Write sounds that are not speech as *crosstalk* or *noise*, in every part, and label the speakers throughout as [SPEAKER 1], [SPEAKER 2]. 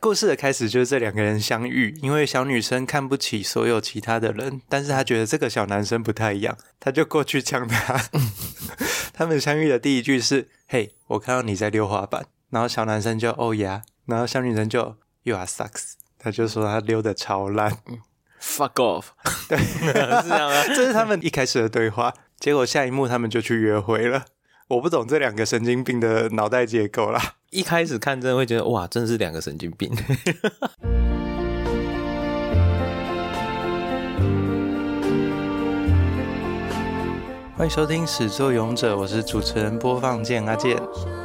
[SPEAKER 1] 故事的开始就是这两个人相遇，因为小女生看不起所有其他的人，但是她觉得这个小男生不太一样，她就过去呛他。 *laughs* 他们相遇的第一句是：“嘿、我看到你在溜滑板。”然后小男生就“哦呀”，然后小女生就 “You are sucks”，他就说他溜的超烂。
[SPEAKER 2] Fuck off，对， *laughs* 是这样啊吗？
[SPEAKER 1] *laughs* 这是他们一开始的对话。结果下一幕他们就去约会了。我不懂这两个神经病的脑袋结构啦。
[SPEAKER 2] 一开始看真的会觉得哇，真的是两个神经病。
[SPEAKER 1] 欢迎收听《始作俑者》，我是主持人播放键阿健。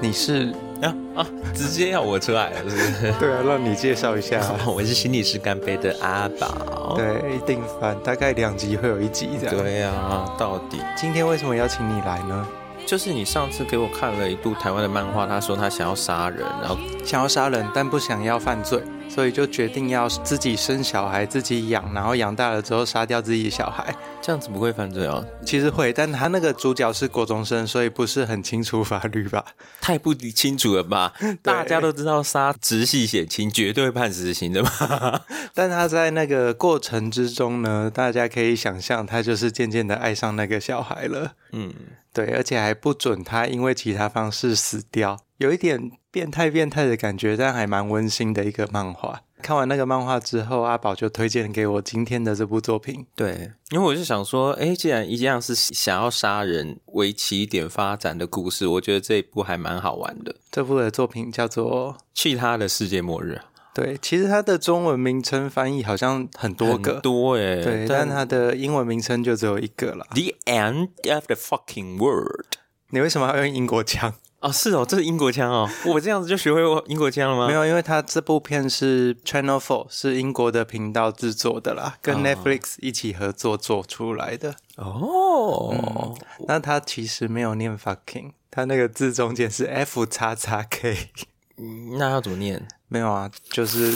[SPEAKER 1] 你是？
[SPEAKER 2] *laughs* 啊啊！直接要我出来了，是不 *laughs* 是？
[SPEAKER 1] *laughs*
[SPEAKER 2] 哦
[SPEAKER 1] 对啊，让你介绍一 *laughs* 下。
[SPEAKER 2] 我是心理师干杯的阿宝。
[SPEAKER 1] 对，一定翻，大概两集会有一集这样。，
[SPEAKER 2] 对啊，到底
[SPEAKER 1] 今天为什么邀请你来呢？
[SPEAKER 2] 就是你上次给我看了一部台湾的漫画，他说他想要杀人，然后
[SPEAKER 1] 想要杀人，但不想要犯罪，所以就决定要自己生小孩，自己养，然后养大了之后杀掉自己小孩。
[SPEAKER 2] 这样子不会犯罪 *laughs* 哦，
[SPEAKER 1] 其实会，但他那个主角是国中生，所以不是很清楚法律吧？ *laughs*
[SPEAKER 2] 太不清楚了吧？大家都知道杀直系血亲绝对会判死刑的嘛。
[SPEAKER 1] 但他在那个过程之中呢，大家可以想象，他就是渐渐的爱上那个小孩了。
[SPEAKER 2] 嗯，
[SPEAKER 1] 对，而且还不准他因为其他方式死掉，有一点变态变态的感觉，但还蛮温馨的一个漫画。看完那个漫画之后，阿宝就推荐给我今天的这部作品。
[SPEAKER 2] 对，因为我就想说，哎，既然一样是想要杀人，为起点发展的故事，我觉得这一部还蛮好玩的。
[SPEAKER 1] 这部的作品叫做
[SPEAKER 2] 去他的世界末日，啊
[SPEAKER 1] “对”，其实它的中文名称翻译好像很多个，
[SPEAKER 2] 很多哎、
[SPEAKER 1] 对，但它的英文名称就只有一个啦。
[SPEAKER 2] The end of the fucking world。
[SPEAKER 1] 你为什么要用英国腔？
[SPEAKER 2] 哦，是哦，这是英国腔 *laughs* 哦，我这样子就学会我英国腔了吗？
[SPEAKER 1] 没有，因为它这部片是 Channel Four 是英国的频道制作的啦，跟 Netflix 一起合作做出来的。
[SPEAKER 2] 哦，
[SPEAKER 1] 那它其实没有念 fucking，它那个字中间是 f 叉叉 k， *laughs*
[SPEAKER 2] 嗯那要怎么念？
[SPEAKER 1] 没有啊，就是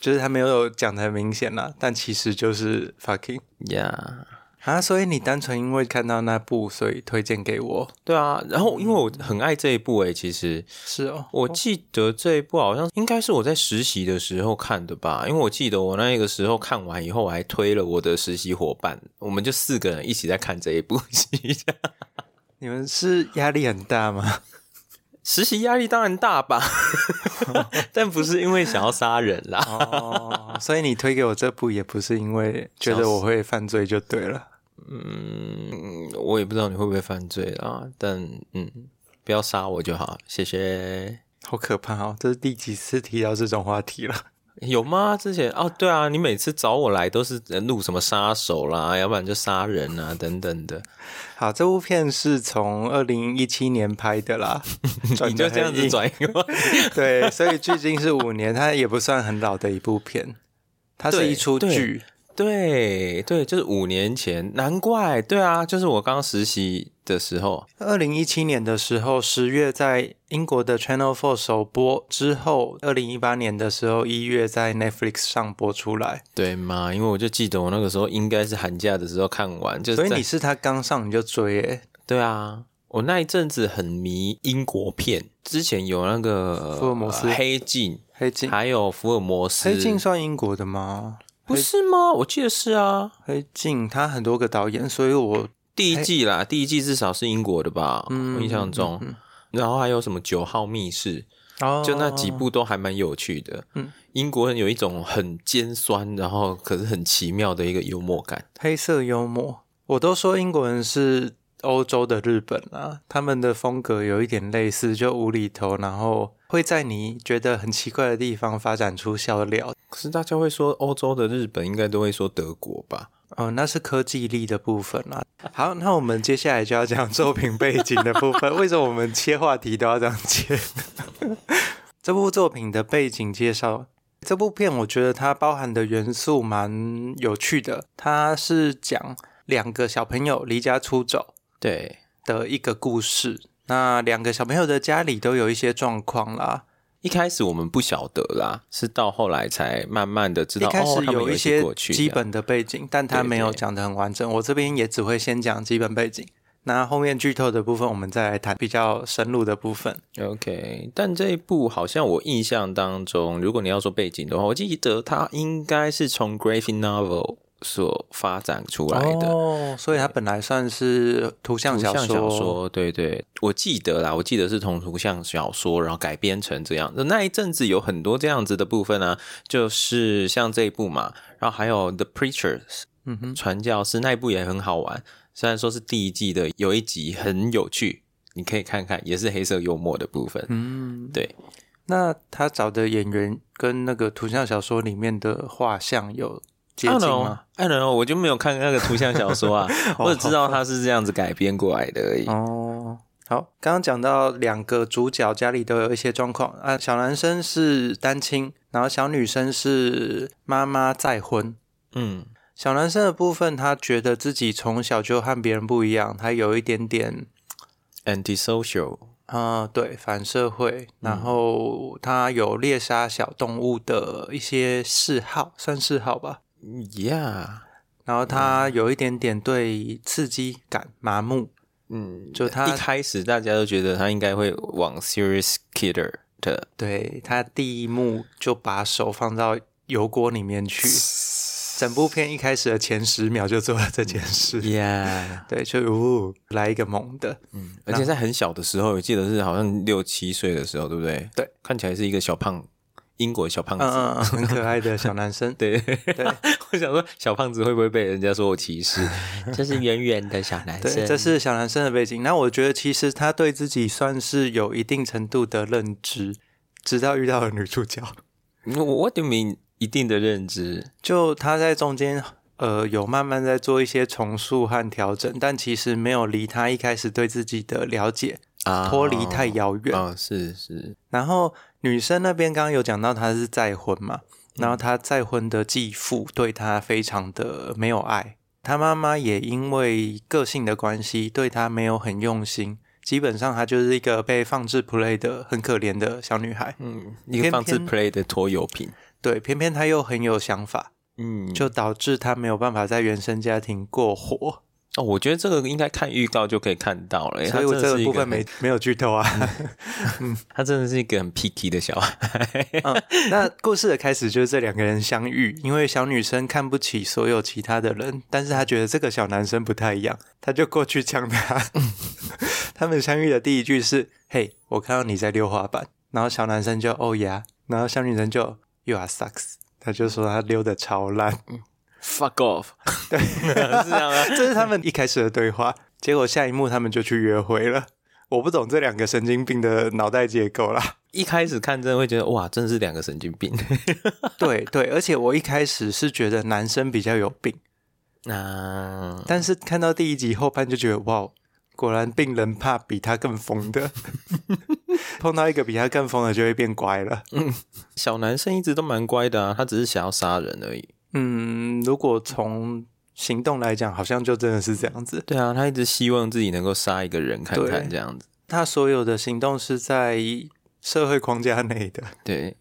[SPEAKER 1] 就是它没有讲的很明显啦，但其实就是 fucking
[SPEAKER 2] 呀、
[SPEAKER 1] 啊。所以你单纯因为看到那部，所以推荐给我，
[SPEAKER 2] 对啊，然后因为我很爱这一部诶、其实
[SPEAKER 1] 是哦。
[SPEAKER 2] 我记得这一部好像应该是我在实习的时候看的吧，因为我记得我那个时候看完以后，我还推了我的实习伙伴，我们就四个人一起在看这一部戏。
[SPEAKER 1] 你们是压力很大吗？
[SPEAKER 2] 实习压力当然
[SPEAKER 1] *laughs*
[SPEAKER 2] 大吧，但不是因为想要杀人啦。
[SPEAKER 1] 哦， *laughs* 所以你推给我这部也不是因为觉得我会犯罪就对了。
[SPEAKER 2] 嗯，我也不知道你会不会犯罪啦，但嗯，不要杀我就好，谢谢。
[SPEAKER 1] 好可怕哦！这是第几次提到这种话题了？
[SPEAKER 2] 有吗？之前哦，对啊，你每次找我来都是呃录什么杀手啦，要不然就杀人啊等等的，
[SPEAKER 1] 好，这部片是从二零一七年拍的
[SPEAKER 2] *laughs*
[SPEAKER 1] 啦，转
[SPEAKER 2] 你
[SPEAKER 1] 得
[SPEAKER 2] 就这样
[SPEAKER 1] 很
[SPEAKER 2] 子
[SPEAKER 1] 硬
[SPEAKER 2] 转一个。
[SPEAKER 1] 对，所以距今是五年，它也不算很老的一部片，它是
[SPEAKER 2] 对
[SPEAKER 1] 一出剧，
[SPEAKER 2] 对对，就是五年前，难怪。对啊，就是我刚实习的时候，
[SPEAKER 1] 二零一七年的时候，十月在英国的 Channel Four 首播之后，二零一八年的时候一月在 Netflix 上播出来。
[SPEAKER 2] 对吗？因为我就记得我那个时候应该是寒假的时候看完，就是
[SPEAKER 1] 所以
[SPEAKER 2] 在
[SPEAKER 1] 你是它刚上你就追、欸，
[SPEAKER 2] 对啊，我那一阵子很迷英国片，之前有那个
[SPEAKER 1] 福尔摩斯
[SPEAKER 2] 呃黑镜，
[SPEAKER 1] 黑镜，
[SPEAKER 2] 还有福尔摩斯。
[SPEAKER 1] 黑镜算英国的吗？
[SPEAKER 2] 不是吗？我记得是啊，
[SPEAKER 1] 黑镜它很多个导演，所以我
[SPEAKER 2] 第一季啦，第一季至少是英国的吧，我印象
[SPEAKER 1] 嗯
[SPEAKER 2] 中。然后还有什么九号密室，
[SPEAKER 1] 哦
[SPEAKER 2] 就那几部都还蛮有趣的。嗯，英国人有一种很尖酸，然后可是很奇妙的一个幽默感。
[SPEAKER 1] 黑色幽默，我都说英国人是欧洲的日本啊，他们的风格有一点类似，就无厘头，然后会在你觉得很奇怪的地方发展出笑料。
[SPEAKER 2] 可是大家会说欧洲的日本应该都会说德国吧？
[SPEAKER 1] 哦，那是科技力的部分啦、好，那我们接下来就要讲作品背景的部分。为什么我们切话题都要这样切？ *laughs* 这部作品的背景介绍，这部片我觉得它包含的元素蛮有趣的。它是讲两个小朋友离家出走，
[SPEAKER 2] 对，
[SPEAKER 1] 的一个故事。那两个小朋友的家里都有一些状况啦，
[SPEAKER 2] 一开始我们不晓得啦，是到后来才慢慢的知
[SPEAKER 1] 一
[SPEAKER 2] 道
[SPEAKER 1] 开
[SPEAKER 2] 哦
[SPEAKER 1] 始，
[SPEAKER 2] 他们
[SPEAKER 1] 一
[SPEAKER 2] 一
[SPEAKER 1] 些
[SPEAKER 2] 过去
[SPEAKER 1] 基本的背景，但他
[SPEAKER 2] 对
[SPEAKER 1] 没有
[SPEAKER 2] 对
[SPEAKER 1] 讲的很完整。我这边也只会先讲基本背景，那后面剧透的部分，我们再来谈比较深入的部分。
[SPEAKER 2] OK，但这一部好像我印象当中，如果你要说背景的话，我记得它应该是从 graphic novel 所发展出来的。
[SPEAKER 1] 哦，所以它本来算是图像
[SPEAKER 2] 图
[SPEAKER 1] 小
[SPEAKER 2] 像
[SPEAKER 1] 说，
[SPEAKER 2] 小说，对对，我记得啦，我记得是从图像小说，然后改编成这样。那那一阵子有很多这样子的部分啊，就是像这一部嘛，然后还有 The Preachers
[SPEAKER 1] 嗯哼，
[SPEAKER 2] 传教士那一部也很好玩，虽然说是第一季的有一集很有趣，你可以看看，也是黑色幽默的部分。
[SPEAKER 1] 嗯，
[SPEAKER 2] 对。
[SPEAKER 1] 那他找的演员跟那个图像小说里面的画像有接
[SPEAKER 2] I
[SPEAKER 1] 近
[SPEAKER 2] don't know,
[SPEAKER 1] 吗？
[SPEAKER 2] I don't know，我就没有看那个图像小
[SPEAKER 1] *laughs*
[SPEAKER 2] 说啊，我只知道它是这样子改编过来的而已。
[SPEAKER 1] 哦，好，刚刚讲到两个主角家里都有一些状况啊，小男生是单亲，然后小女生是妈妈再婚。
[SPEAKER 2] 嗯，
[SPEAKER 1] 小男生的部分，他觉得自己从小就和别人不一样，他有一点点，
[SPEAKER 2] antisocial，
[SPEAKER 1] 啊、对，反社会，然后他有猎杀小动物的一些嗜好，算嗜好吧。
[SPEAKER 2] yeah，
[SPEAKER 1] 然后他有一点点对刺激感麻木，
[SPEAKER 2] 嗯，
[SPEAKER 1] 就他
[SPEAKER 2] 一开始大家都觉得他应该会往 serious killer 的，
[SPEAKER 1] 对他第一幕就把手放到油锅里面去，整部片一开始的前十秒就做了这件
[SPEAKER 2] 嗯
[SPEAKER 1] 事，
[SPEAKER 2] yeah，
[SPEAKER 1] *laughs* 对，就呜、来一个猛的，
[SPEAKER 2] 嗯，而且在很小的时候，我记得是好像六七岁的时候，对不对？
[SPEAKER 1] 对，
[SPEAKER 2] 看起来是一个小胖，英国小胖
[SPEAKER 1] 嗯
[SPEAKER 2] 子。
[SPEAKER 1] 嗯嗯，很可爱的小男生，
[SPEAKER 2] 对， *laughs* 我想说小胖子会不会被人家说我
[SPEAKER 1] *laughs*
[SPEAKER 2] 歧视？就是圆圆的小男
[SPEAKER 1] 对，这是小男生的背景。那我觉得其实他对自己算是有一定程度的认知，直到遇到了女主角，
[SPEAKER 2] 我我对你一定的认知，
[SPEAKER 1] 就他在中间呃有慢慢在做一些重塑和调整，但其实没有离他一开始对自己的了解
[SPEAKER 2] 啊
[SPEAKER 1] 脱离太遥远。
[SPEAKER 2] 啊、是是，
[SPEAKER 1] 然后女生那边刚刚有讲到她是再婚嘛，
[SPEAKER 2] 嗯
[SPEAKER 1] 然后她再婚的继父对她非常的没有爱，她妈妈也因为个性的关系对她没有很用心，基本上她就是一个被放置 play 的很可怜的小女孩。
[SPEAKER 2] 嗯，一个
[SPEAKER 1] 偏
[SPEAKER 2] 放置
[SPEAKER 1] 偏
[SPEAKER 2] play 的拖油瓶，
[SPEAKER 1] 对，偏偏她又很有想法，
[SPEAKER 2] 嗯，
[SPEAKER 1] 就导致她没有办法在原生家庭过活，
[SPEAKER 2] 哦，我觉得这个应该看预告就可以看到了，
[SPEAKER 1] 所以我
[SPEAKER 2] 哎
[SPEAKER 1] 这
[SPEAKER 2] 他真的是
[SPEAKER 1] 个
[SPEAKER 2] 一
[SPEAKER 1] 部分
[SPEAKER 2] 很
[SPEAKER 1] 没没有剧透啊。
[SPEAKER 2] 他真的是一个很 picky 的小孩，
[SPEAKER 1] 嗯， *laughs* 那故事的开始就是这两个人相遇，因为小女生看不起所有其他的人，但是她觉得这个小男生不太一样，她就过去呛他。 *laughs* 他们相遇的第一句是：“嘿、我看到你在溜滑板。”然后小男生就“哦呀”，然后小女生就 “You are sucks”，他就说他溜的超烂。
[SPEAKER 2] fuck off，对，哦 *laughs* 是这样啊。
[SPEAKER 1] *laughs* 这是他们一开始的对话。结果下一幕他们就去约会了。我不懂这两个神经病的脑袋结构啦。
[SPEAKER 2] *laughs* 一开始看真的会觉得哇，真的是两个神经病。 *laughs*
[SPEAKER 1] 对对，而且我一开始是觉得男生比较有病。
[SPEAKER 2] 那
[SPEAKER 1] 但是看到第一集后半就觉得哇，果然病人怕比他更疯的， *laughs* 碰到一个比他更疯的就会变乖了。
[SPEAKER 2] 小男生一直都蛮乖的啊，他只是想要杀人而已。
[SPEAKER 1] 嗯，如果从行动来讲，好像就真的是这样子。
[SPEAKER 2] 对啊，他一直希望自己能够杀一个人看看
[SPEAKER 1] 对
[SPEAKER 2] 这样子。
[SPEAKER 1] 他所有的行动是在社会框架内的，
[SPEAKER 2] 对，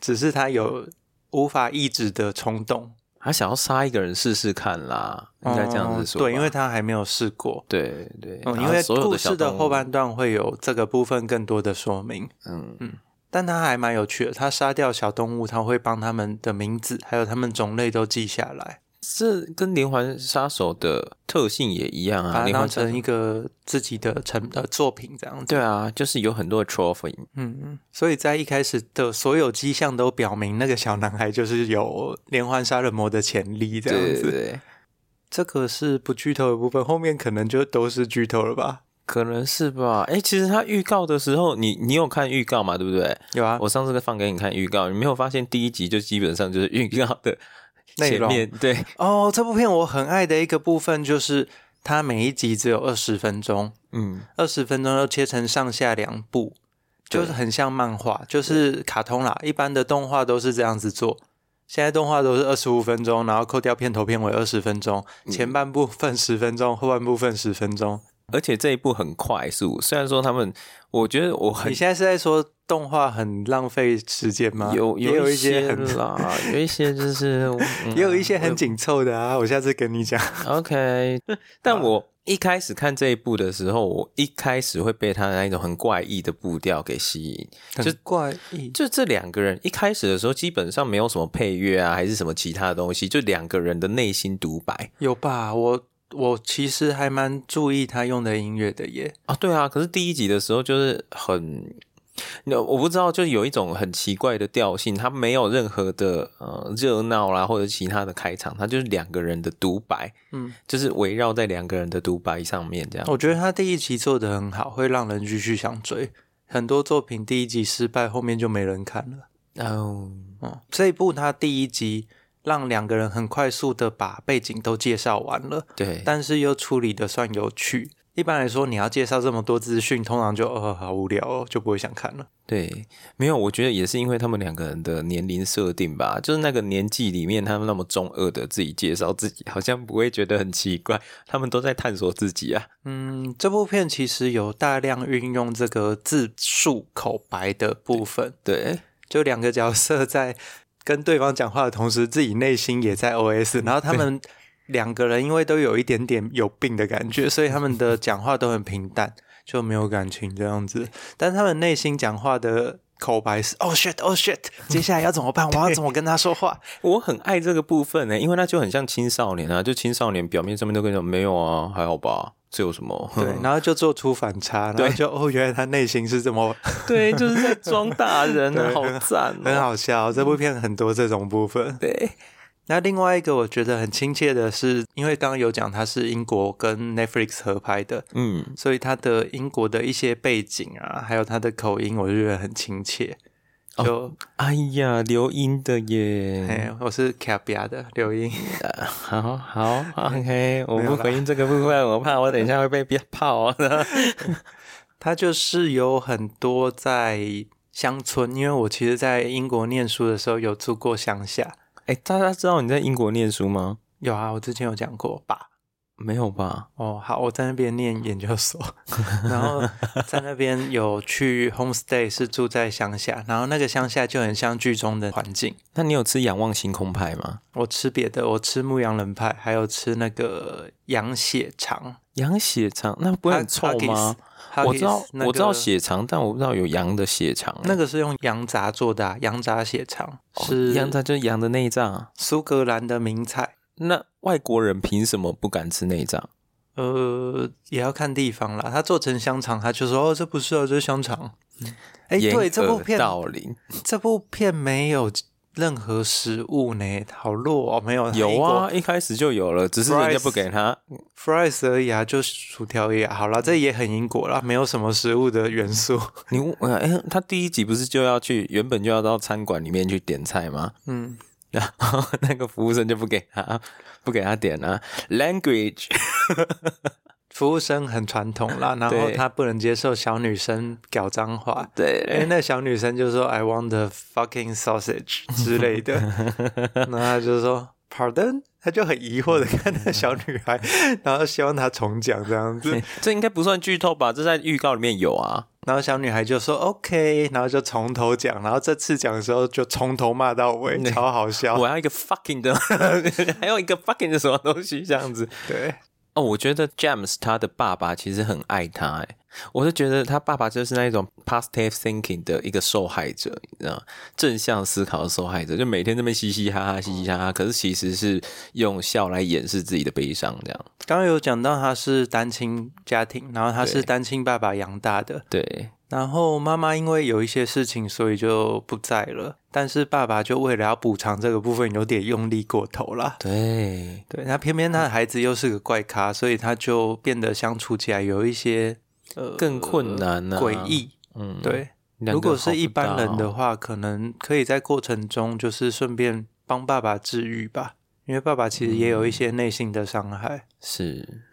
[SPEAKER 1] 只是他有无法抑制的冲动。
[SPEAKER 2] 他想要杀一个人试试看啦，应该这样子说吧、
[SPEAKER 1] 哦对，因为他还没有试过。
[SPEAKER 2] 对对，
[SPEAKER 1] 嗯，
[SPEAKER 2] 然
[SPEAKER 1] 因
[SPEAKER 2] 后
[SPEAKER 1] 为
[SPEAKER 2] 所有
[SPEAKER 1] 故
[SPEAKER 2] 的小
[SPEAKER 1] 事
[SPEAKER 2] 动
[SPEAKER 1] 的
[SPEAKER 2] 物
[SPEAKER 1] 后，半段会有这个部分更多的说明。
[SPEAKER 2] 嗯，
[SPEAKER 1] 但他还蛮有趣的，他杀掉小动物，他会帮他们的名字还有他们种类都记下来，
[SPEAKER 2] 这跟连环杀手的特性也一样
[SPEAKER 1] 把
[SPEAKER 2] 啊。
[SPEAKER 1] 它
[SPEAKER 2] 连
[SPEAKER 1] 当
[SPEAKER 2] 环杀
[SPEAKER 1] 成一个自己的成的作品这样子。
[SPEAKER 2] 对啊，就是有很多的 trophy，
[SPEAKER 1] 嗯嗯，所以在一开始的所有迹象都表明，那个小男孩就是有连环杀人魔的潜力这样
[SPEAKER 2] 对对
[SPEAKER 1] 子。
[SPEAKER 2] 对。
[SPEAKER 1] 这个是不剧透的部分，后面可能就都是剧透了吧？
[SPEAKER 2] 可能是吧，哎、其实他预告的时候，你你有看预告嘛？对不对？
[SPEAKER 1] 有啊，
[SPEAKER 2] 我上次放给你看预告，你没有发现第一集就基本上就是预告的
[SPEAKER 1] 内
[SPEAKER 2] 前
[SPEAKER 1] 容
[SPEAKER 2] 面， *laughs* 对，
[SPEAKER 1] 哦，这部片我很爱的一个部分就是它每一集只有二十分钟，
[SPEAKER 2] 嗯，
[SPEAKER 1] 二十分钟又切成上下两部，
[SPEAKER 2] 对
[SPEAKER 1] 就是很像漫画，就是卡通啦。一般的动画都是这样子做，现在动画都是二十五分钟，然后扣掉片头片尾二十分钟，前半部分十分钟，后半部分十分钟。
[SPEAKER 2] 而且这一部很快速，虽然说他们，我觉得我很
[SPEAKER 1] 你现在是在说动画很浪费时间吗？
[SPEAKER 2] 有
[SPEAKER 1] 也有
[SPEAKER 2] 一
[SPEAKER 1] 一些很。
[SPEAKER 2] 啦，
[SPEAKER 1] *laughs*
[SPEAKER 2] 有一些就是、嗯
[SPEAKER 1] *laughs*
[SPEAKER 2] 嗯
[SPEAKER 1] 也有一些很紧凑的啊，我下次跟你讲。
[SPEAKER 2] OK，但我一开始看这一部的时候，我一开始会被他的那种很怪异的步调给吸引。
[SPEAKER 1] 很怪异。
[SPEAKER 2] 就这两个人一开始的时候，基本上没有什么配乐啊，还是什么其他的东西，就两个人的内心独白
[SPEAKER 1] 有吧？我我其实还蛮注意他用的音乐的耶。
[SPEAKER 2] 啊。对啊，可是第一集的时候就是很，那我不知道，就有一种很奇怪的调性，它没有任何的呃热闹啦或者其他的开场，它就是两个人的独白，
[SPEAKER 1] 嗯，哦
[SPEAKER 2] 就是围绕在两个人的独白上面这样。
[SPEAKER 1] 我觉得他第一集做的很好，会让人继续想追。很多作品第一集失败，后面就没人看了。
[SPEAKER 2] 哦，
[SPEAKER 1] 嗯，这一部他第一集让两个人很快速的把背景都介绍完了，
[SPEAKER 2] 对，
[SPEAKER 1] 但是又处理的算有趣。一般来说，你要介绍这么多资讯，通常就呃好无聊哦，就不会想看了。
[SPEAKER 2] 对，没有，我觉得也是因为他们两个人的年龄设定吧，就是那个年纪里面，他们那么中二的自己介绍自己，好像不会觉得很奇怪，他们都在探索自己啊。
[SPEAKER 1] 嗯，这部片其实有大量运用这个自述口白的部分，
[SPEAKER 2] 对，
[SPEAKER 1] 就两个角色在跟对方讲话的同时，自己内心也在 OS，然后他们两个人因为都有一点点有病的感觉，所以他们的讲话都很平淡，就没有感情这样子。但他们内心讲话的口白是 “oh shit, oh shit”，接下来要怎么办？我要怎么跟他说话？
[SPEAKER 2] 我很爱这个部分呢、因为那就很像青少年啊，就青少年表面上面都跟你讲没有啊，还好吧，这有什么？
[SPEAKER 1] 对，然后就做出反差，然后就哦，原来他内心是这么
[SPEAKER 2] *laughs* 对，就是在装大人啊，
[SPEAKER 1] *laughs* 对
[SPEAKER 2] 好赞、哦，
[SPEAKER 1] 很，好笑。这部片很多这种部分。
[SPEAKER 2] 对，
[SPEAKER 1] 那另外一个我觉得很亲切的是，因为刚刚有讲它是英国跟 Netflix 合拍的，
[SPEAKER 2] 嗯，
[SPEAKER 1] 所以它的英国的一些背景啊，还有它的口音，我就觉得很亲切。就
[SPEAKER 2] 哎呀，留音的耶，
[SPEAKER 1] 哎、我是卡比亚的刘英，
[SPEAKER 2] 好好，OK，我
[SPEAKER 1] 没有
[SPEAKER 2] 不
[SPEAKER 1] 啦
[SPEAKER 2] 回应这个部分，我怕我等一下会被啊憋泡的。
[SPEAKER 1] 它就是有很多在乡村，因为我其实，在英国念书的时候有住过乡下，
[SPEAKER 2] 哎、大家知道你在英国念书吗？
[SPEAKER 1] 有啊，我之前有讲过吧。
[SPEAKER 2] 没有吧？
[SPEAKER 1] 哦，好，我在那边念研究所，然后在那边有去 homestay，是住在乡下，然后那个乡下就很像剧中的环境。
[SPEAKER 2] 那你有吃仰望星空派吗？
[SPEAKER 1] 我吃别的，我吃牧羊人派，还有吃那个羊血肠。
[SPEAKER 2] 羊血肠那不会很臭吗？
[SPEAKER 1] Huggies，
[SPEAKER 2] 我知道
[SPEAKER 1] Huggies，那，个
[SPEAKER 2] 我知道血肠，但我不知道有羊的血肠。哦
[SPEAKER 1] 那个是用羊杂做的、啊，羊杂血肠是
[SPEAKER 2] 羊肠就是羊的内脏啊。
[SPEAKER 1] 苏格兰的名菜。
[SPEAKER 2] 那外国人凭什么不敢吃内脏？
[SPEAKER 1] 呃，也要看地方啦。它做成香肠，他就说哦，这不是啊，这是香肠。哎、
[SPEAKER 2] 掩
[SPEAKER 1] 对，这部
[SPEAKER 2] 耳
[SPEAKER 1] 片
[SPEAKER 2] 嗯道理
[SPEAKER 1] 这部片没有任何食物呢，好弱哦，没有
[SPEAKER 2] 有啊，一开始就有了，只是人家
[SPEAKER 1] Rice
[SPEAKER 2] 不给他。
[SPEAKER 1] ，fries 而已啊，就薯条也好啦，这也很英国啦，没有什么食物的元素。 *laughs*
[SPEAKER 2] 你问哎、他第一集不是就要去，原本就要到餐馆里面去点菜吗？
[SPEAKER 1] 嗯，
[SPEAKER 2] 然后那个服务生就不给他，不给他点啊。Language，
[SPEAKER 1] 服务生很传统 *laughs* 啦，然后
[SPEAKER 2] 对
[SPEAKER 1] 他不能接受小女生搞脏话。
[SPEAKER 2] 对
[SPEAKER 1] 因为那小女生就说 “I want the fucking sausage” 之类 *laughs* 的，那他就说 “Pardon”，他就很疑惑的看那小女 *laughs* 孩，然后希望她重讲这样子。
[SPEAKER 2] 这应该不算剧透吧？这在预告里面有啊。
[SPEAKER 1] 然后小女孩就说 OK，然后就从头讲，然后这次讲的时候就从头骂到尾，超好笑。
[SPEAKER 2] 我要一个 fucking 的，还有一个 fucking 的什么东西这样子。
[SPEAKER 1] 对，
[SPEAKER 2] 哦，我觉得 James 他的爸爸其实很爱他、欸，我是觉得他爸爸就是那一种 positive thinking 的一个受害者，你知道吗，正向思考的受害者，就每天这边嘻嘻哈哈，嘻嘻哈哈，可是其实是用笑来掩饰自己的悲伤，这样。
[SPEAKER 1] 刚刚有讲到她是单亲家庭，然后她是
[SPEAKER 2] 对
[SPEAKER 1] 单亲爸爸养大的，
[SPEAKER 2] 对，
[SPEAKER 1] 然后妈妈因为有一些事情，所以就不在了。但是爸爸就为了要补偿这个部分，有点用力过头啦。
[SPEAKER 2] 对，
[SPEAKER 1] 对，那偏偏他的孩子又是个怪咖，所以他就变得相处起来有一些呃
[SPEAKER 2] 更困难啊，
[SPEAKER 1] 诡，异。
[SPEAKER 2] 嗯，
[SPEAKER 1] 对，
[SPEAKER 2] 两个
[SPEAKER 1] 如果是
[SPEAKER 2] 好
[SPEAKER 1] 一
[SPEAKER 2] 不搭
[SPEAKER 1] 般人的
[SPEAKER 2] 哦，
[SPEAKER 1] 话，可能可以在过程中就是顺便帮爸爸治愈吧，因为爸爸其实也
[SPEAKER 2] 嗯
[SPEAKER 1] 有一些内心的伤害，
[SPEAKER 2] 是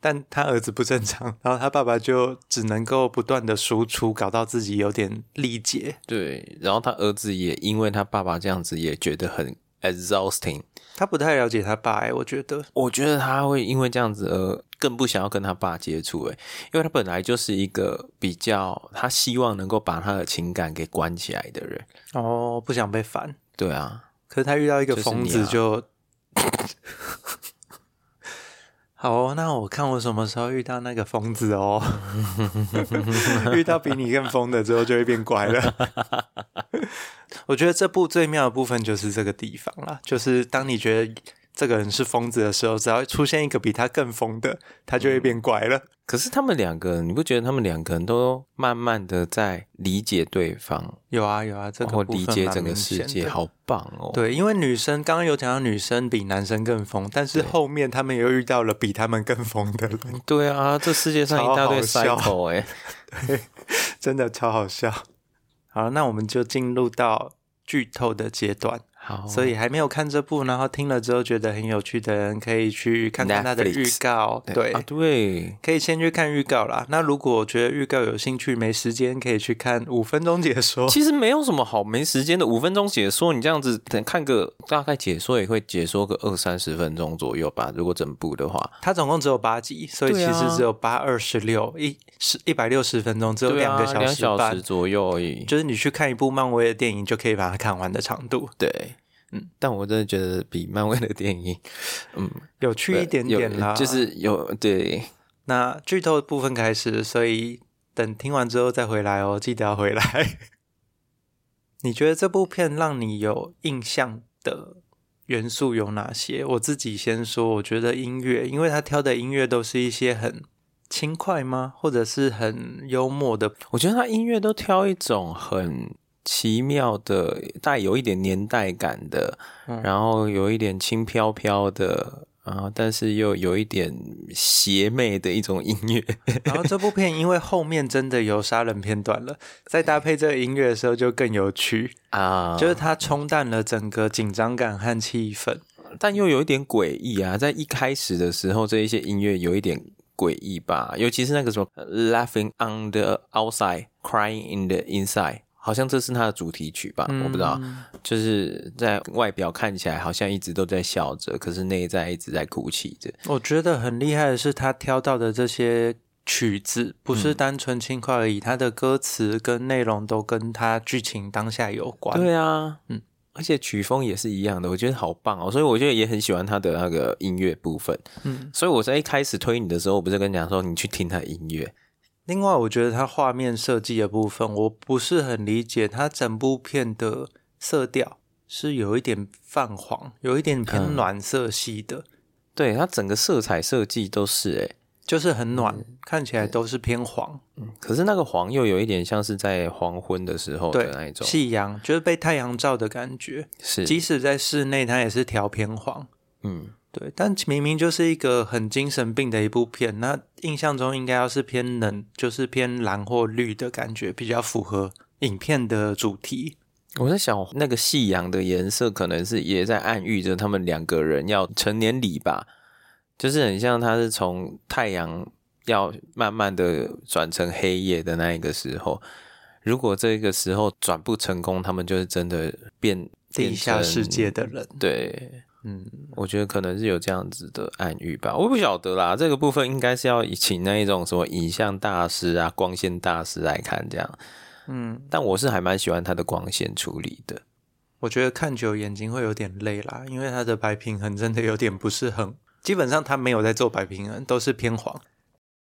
[SPEAKER 1] 但他儿子不正常，然后他爸爸就只能够不断的输出，搞到自己有点力竭。
[SPEAKER 2] 对，然后他儿子也因为他爸爸这样子，也觉得很 exhausting。
[SPEAKER 1] 他不太了解他爸、欸，我觉得，
[SPEAKER 2] 我觉得他会因为这样子而更不想要跟他爸接触，诶，因为他本来就是一个比较他希望能够把他的情感给关起来的人。
[SPEAKER 1] 哦，不想被烦。
[SPEAKER 2] 对啊，
[SPEAKER 1] 可是他遇到一个
[SPEAKER 2] 就是
[SPEAKER 1] 疯
[SPEAKER 2] 你
[SPEAKER 1] 子
[SPEAKER 2] 啊
[SPEAKER 1] 就， *laughs* 好哦、那我看我什么时候遇到那个疯子 *laughs* 哦。遇到比你更疯的之后，就会变乖 *laughs* 了。我觉得这部最妙的部分就是这个地方啦，就是当你觉得这个人是疯子的时候，只要出现一个比他更疯的，他就会变乖了。
[SPEAKER 2] 可是他们两个，你不觉得他们两个人都慢慢的在理解对方，
[SPEAKER 1] 有啊有啊，这
[SPEAKER 2] 然
[SPEAKER 1] 个
[SPEAKER 2] 后
[SPEAKER 1] 部
[SPEAKER 2] 理
[SPEAKER 1] 分
[SPEAKER 2] 解
[SPEAKER 1] 蛮
[SPEAKER 2] 整个
[SPEAKER 1] 明
[SPEAKER 2] 世
[SPEAKER 1] 显
[SPEAKER 2] 界，
[SPEAKER 1] 的。
[SPEAKER 2] 好棒哦！，
[SPEAKER 1] 对，因为女生刚刚有讲到女生比男生更疯，但是后面他们又遇到了比他们更疯的人， *laughs*
[SPEAKER 2] 对啊，这世界上一大堆
[SPEAKER 1] 超好笑
[SPEAKER 2] cycle 哎、
[SPEAKER 1] 真的超好笑。好，那我们就进入到剧透的阶段。
[SPEAKER 2] 好，
[SPEAKER 1] 所以还没有看这部，然后听了之后觉得很有趣的人，可以去看看它的
[SPEAKER 2] Netflix
[SPEAKER 1] 预告。对，
[SPEAKER 2] 啊，对，
[SPEAKER 1] 可以先去看预告啦。那如果觉得预告有兴趣，没时间可以去看五分钟解
[SPEAKER 2] *laughs*
[SPEAKER 1] 说。
[SPEAKER 2] 其实没有什么好没时间的，五分钟解说，你这样子等看个大概解说也会解说个二三十分钟左右吧，如果整部的话。
[SPEAKER 1] 它总共只有八集，所以
[SPEAKER 2] 对
[SPEAKER 1] 其
[SPEAKER 2] 啊
[SPEAKER 1] 实只有八二十六一十一百六十分钟，只有
[SPEAKER 2] 对
[SPEAKER 1] 两
[SPEAKER 2] 啊，
[SPEAKER 1] 个小
[SPEAKER 2] 两
[SPEAKER 1] 时
[SPEAKER 2] 小
[SPEAKER 1] 半。
[SPEAKER 2] 时左右而已。
[SPEAKER 1] 就是你去看一部漫威的电影，就可以把它看完的长度，
[SPEAKER 2] 对，嗯，但我真的觉得比漫威的电影， *laughs*
[SPEAKER 1] *laughs*
[SPEAKER 2] 嗯，
[SPEAKER 1] 有趣一点点啦。
[SPEAKER 2] 有就是有对，
[SPEAKER 1] 那剧透的部分开始，所以等听完之后再回来哦，记得要回来。 *laughs* 你觉得这部片让你有印象的元素有哪些？我自己先说，我觉得音乐，因为他挑的音乐都是一些很轻快吗，或者是很幽默的，
[SPEAKER 2] 我觉得他音乐都挑一种很奇妙的，带有一点年代感的，
[SPEAKER 1] 嗯
[SPEAKER 2] 然后有一点轻飘飘的，然后但是又有一点邪魅的一种音乐。
[SPEAKER 1] 然后这部片因为后面真的有杀人片段了，再搭配这个音乐的时候就更有趣，
[SPEAKER 2] 啊，
[SPEAKER 1] 就是它冲淡了整个紧张感和气氛。
[SPEAKER 2] 但又有一点诡异啊，在一开始的时候，这一些音乐有一点诡异吧，尤其是那个什么呃 “laughing on the outside, crying in the inside”，好像这是它的主题曲
[SPEAKER 1] 啊
[SPEAKER 2] 吧，我不知道，就是在外表看起来好像一直都在笑着，可是内在一直在哭泣着。
[SPEAKER 1] 我觉得很厉害的是，他挑到的这些曲子不
[SPEAKER 2] 嗯
[SPEAKER 1] 是单纯轻快而已，他的歌词跟内容都跟他剧情当下有关。
[SPEAKER 2] 对啊，
[SPEAKER 1] 嗯
[SPEAKER 2] 嗯。而且曲风也是一样的，我觉得好棒哦，所以我觉得也很喜欢他的那个音乐部分。
[SPEAKER 1] 嗯，
[SPEAKER 2] 所以我在一开始推你的时候，我不是跟你讲说你去听他的音乐，
[SPEAKER 1] 另外我觉得他画面设计的部分，我不是很理解他整部片的色调是有一点泛黄，有一点偏
[SPEAKER 2] 嗯
[SPEAKER 1] 暖色系的，
[SPEAKER 2] 对它整个色彩设计都是欸诶、
[SPEAKER 1] 就是很暖，
[SPEAKER 2] 嗯
[SPEAKER 1] 看起来都是偏黄。
[SPEAKER 2] 可是那个黄又有一点像是在黄昏的时候
[SPEAKER 1] 对
[SPEAKER 2] 的那一，种，
[SPEAKER 1] 夕阳就是被太阳照的感觉，
[SPEAKER 2] 是
[SPEAKER 1] 即使在室内，它也是调偏黄。
[SPEAKER 2] 嗯，
[SPEAKER 1] 对，但明明就是一个很精神病的一部片，那印象中应该要是偏冷，就是偏蓝或绿的感觉，比较符合影片的主题。
[SPEAKER 2] 我在想那个夕阳的颜色可能是也在暗喻着他们两个人要成年礼吧，就是很像他是从太阳要慢慢的转成黑夜的那一个时候，如果这个时候转不成功，他们就是真的变
[SPEAKER 1] 地下世界，的人，
[SPEAKER 2] 变成对，
[SPEAKER 1] 嗯，
[SPEAKER 2] 我觉得可能是有这样子的暗喻吧，我不晓得啦。这个部分应该是要请那一种什么影像大师啊、光线大师来看这样。
[SPEAKER 1] 嗯，
[SPEAKER 2] 但我是还蛮喜欢他的光线处理的。
[SPEAKER 1] 我觉得看久眼睛会有点累啦，因为它的白平衡真的有点不是很，基本上它没有在做白平衡，都是偏黄。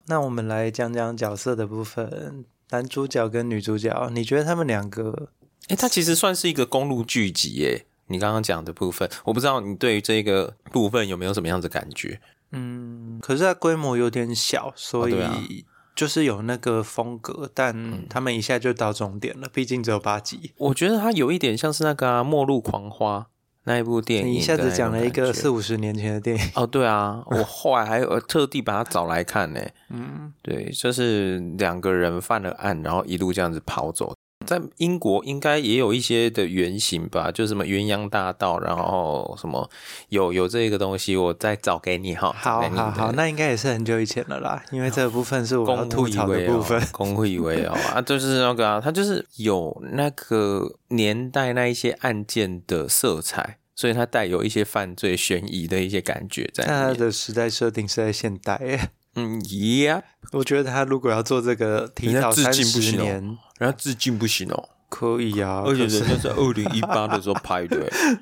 [SPEAKER 1] 那我们来讲讲角色的部分，男主角跟女主角，你觉得他们两个
[SPEAKER 2] 诶，它其实算是一个公路剧集耶。你刚刚讲的部分，我不知道你对于这个部分有没有什么样的感觉？
[SPEAKER 1] 嗯，可是它规模有点小，所
[SPEAKER 2] 对啊嗯
[SPEAKER 1] 以就是有那个风格，但他们一下就到终点了，毕竟只有八集。
[SPEAKER 2] 我觉得它有一点像是那个、啊《末路狂花》那一部电影，
[SPEAKER 1] 你一下子讲了一个四五十年前的电影，
[SPEAKER 2] 哦，对啊，我后来还有特地把它找来看呢。
[SPEAKER 1] 嗯，
[SPEAKER 2] 对，就是两个人犯了案，然后一路这样子跑走。在英国应该也有一些的原型吧，就是什么鸳鸯大道，然后什么有有这个东西，我再找给你
[SPEAKER 1] *laughs*
[SPEAKER 2] 哈。
[SPEAKER 1] 好
[SPEAKER 2] 找给你
[SPEAKER 1] 好好，
[SPEAKER 2] 对
[SPEAKER 1] 那应该也是很久以前了啦，因为这个部分是我要
[SPEAKER 2] *laughs* 公
[SPEAKER 1] 吐槽的部分。
[SPEAKER 2] 哦公会以为哦啊，就是那个啊，它就是有那个年代那一些案件的色彩，所以它带有一些犯罪悬疑的一些感觉在
[SPEAKER 1] 但它
[SPEAKER 2] 里面。
[SPEAKER 1] 的时代设定是在现代耶， *laughs*
[SPEAKER 2] 嗯，Yeah，
[SPEAKER 1] 我觉得他如果要做这个提早
[SPEAKER 2] 人家
[SPEAKER 1] 三
[SPEAKER 2] 致敬不
[SPEAKER 1] 十
[SPEAKER 2] 行哦
[SPEAKER 1] 年，
[SPEAKER 2] 然后致敬不行哦，
[SPEAKER 1] 可以啊，
[SPEAKER 2] 而且
[SPEAKER 1] 可是
[SPEAKER 2] 人家在二零一八的时候拍的欸。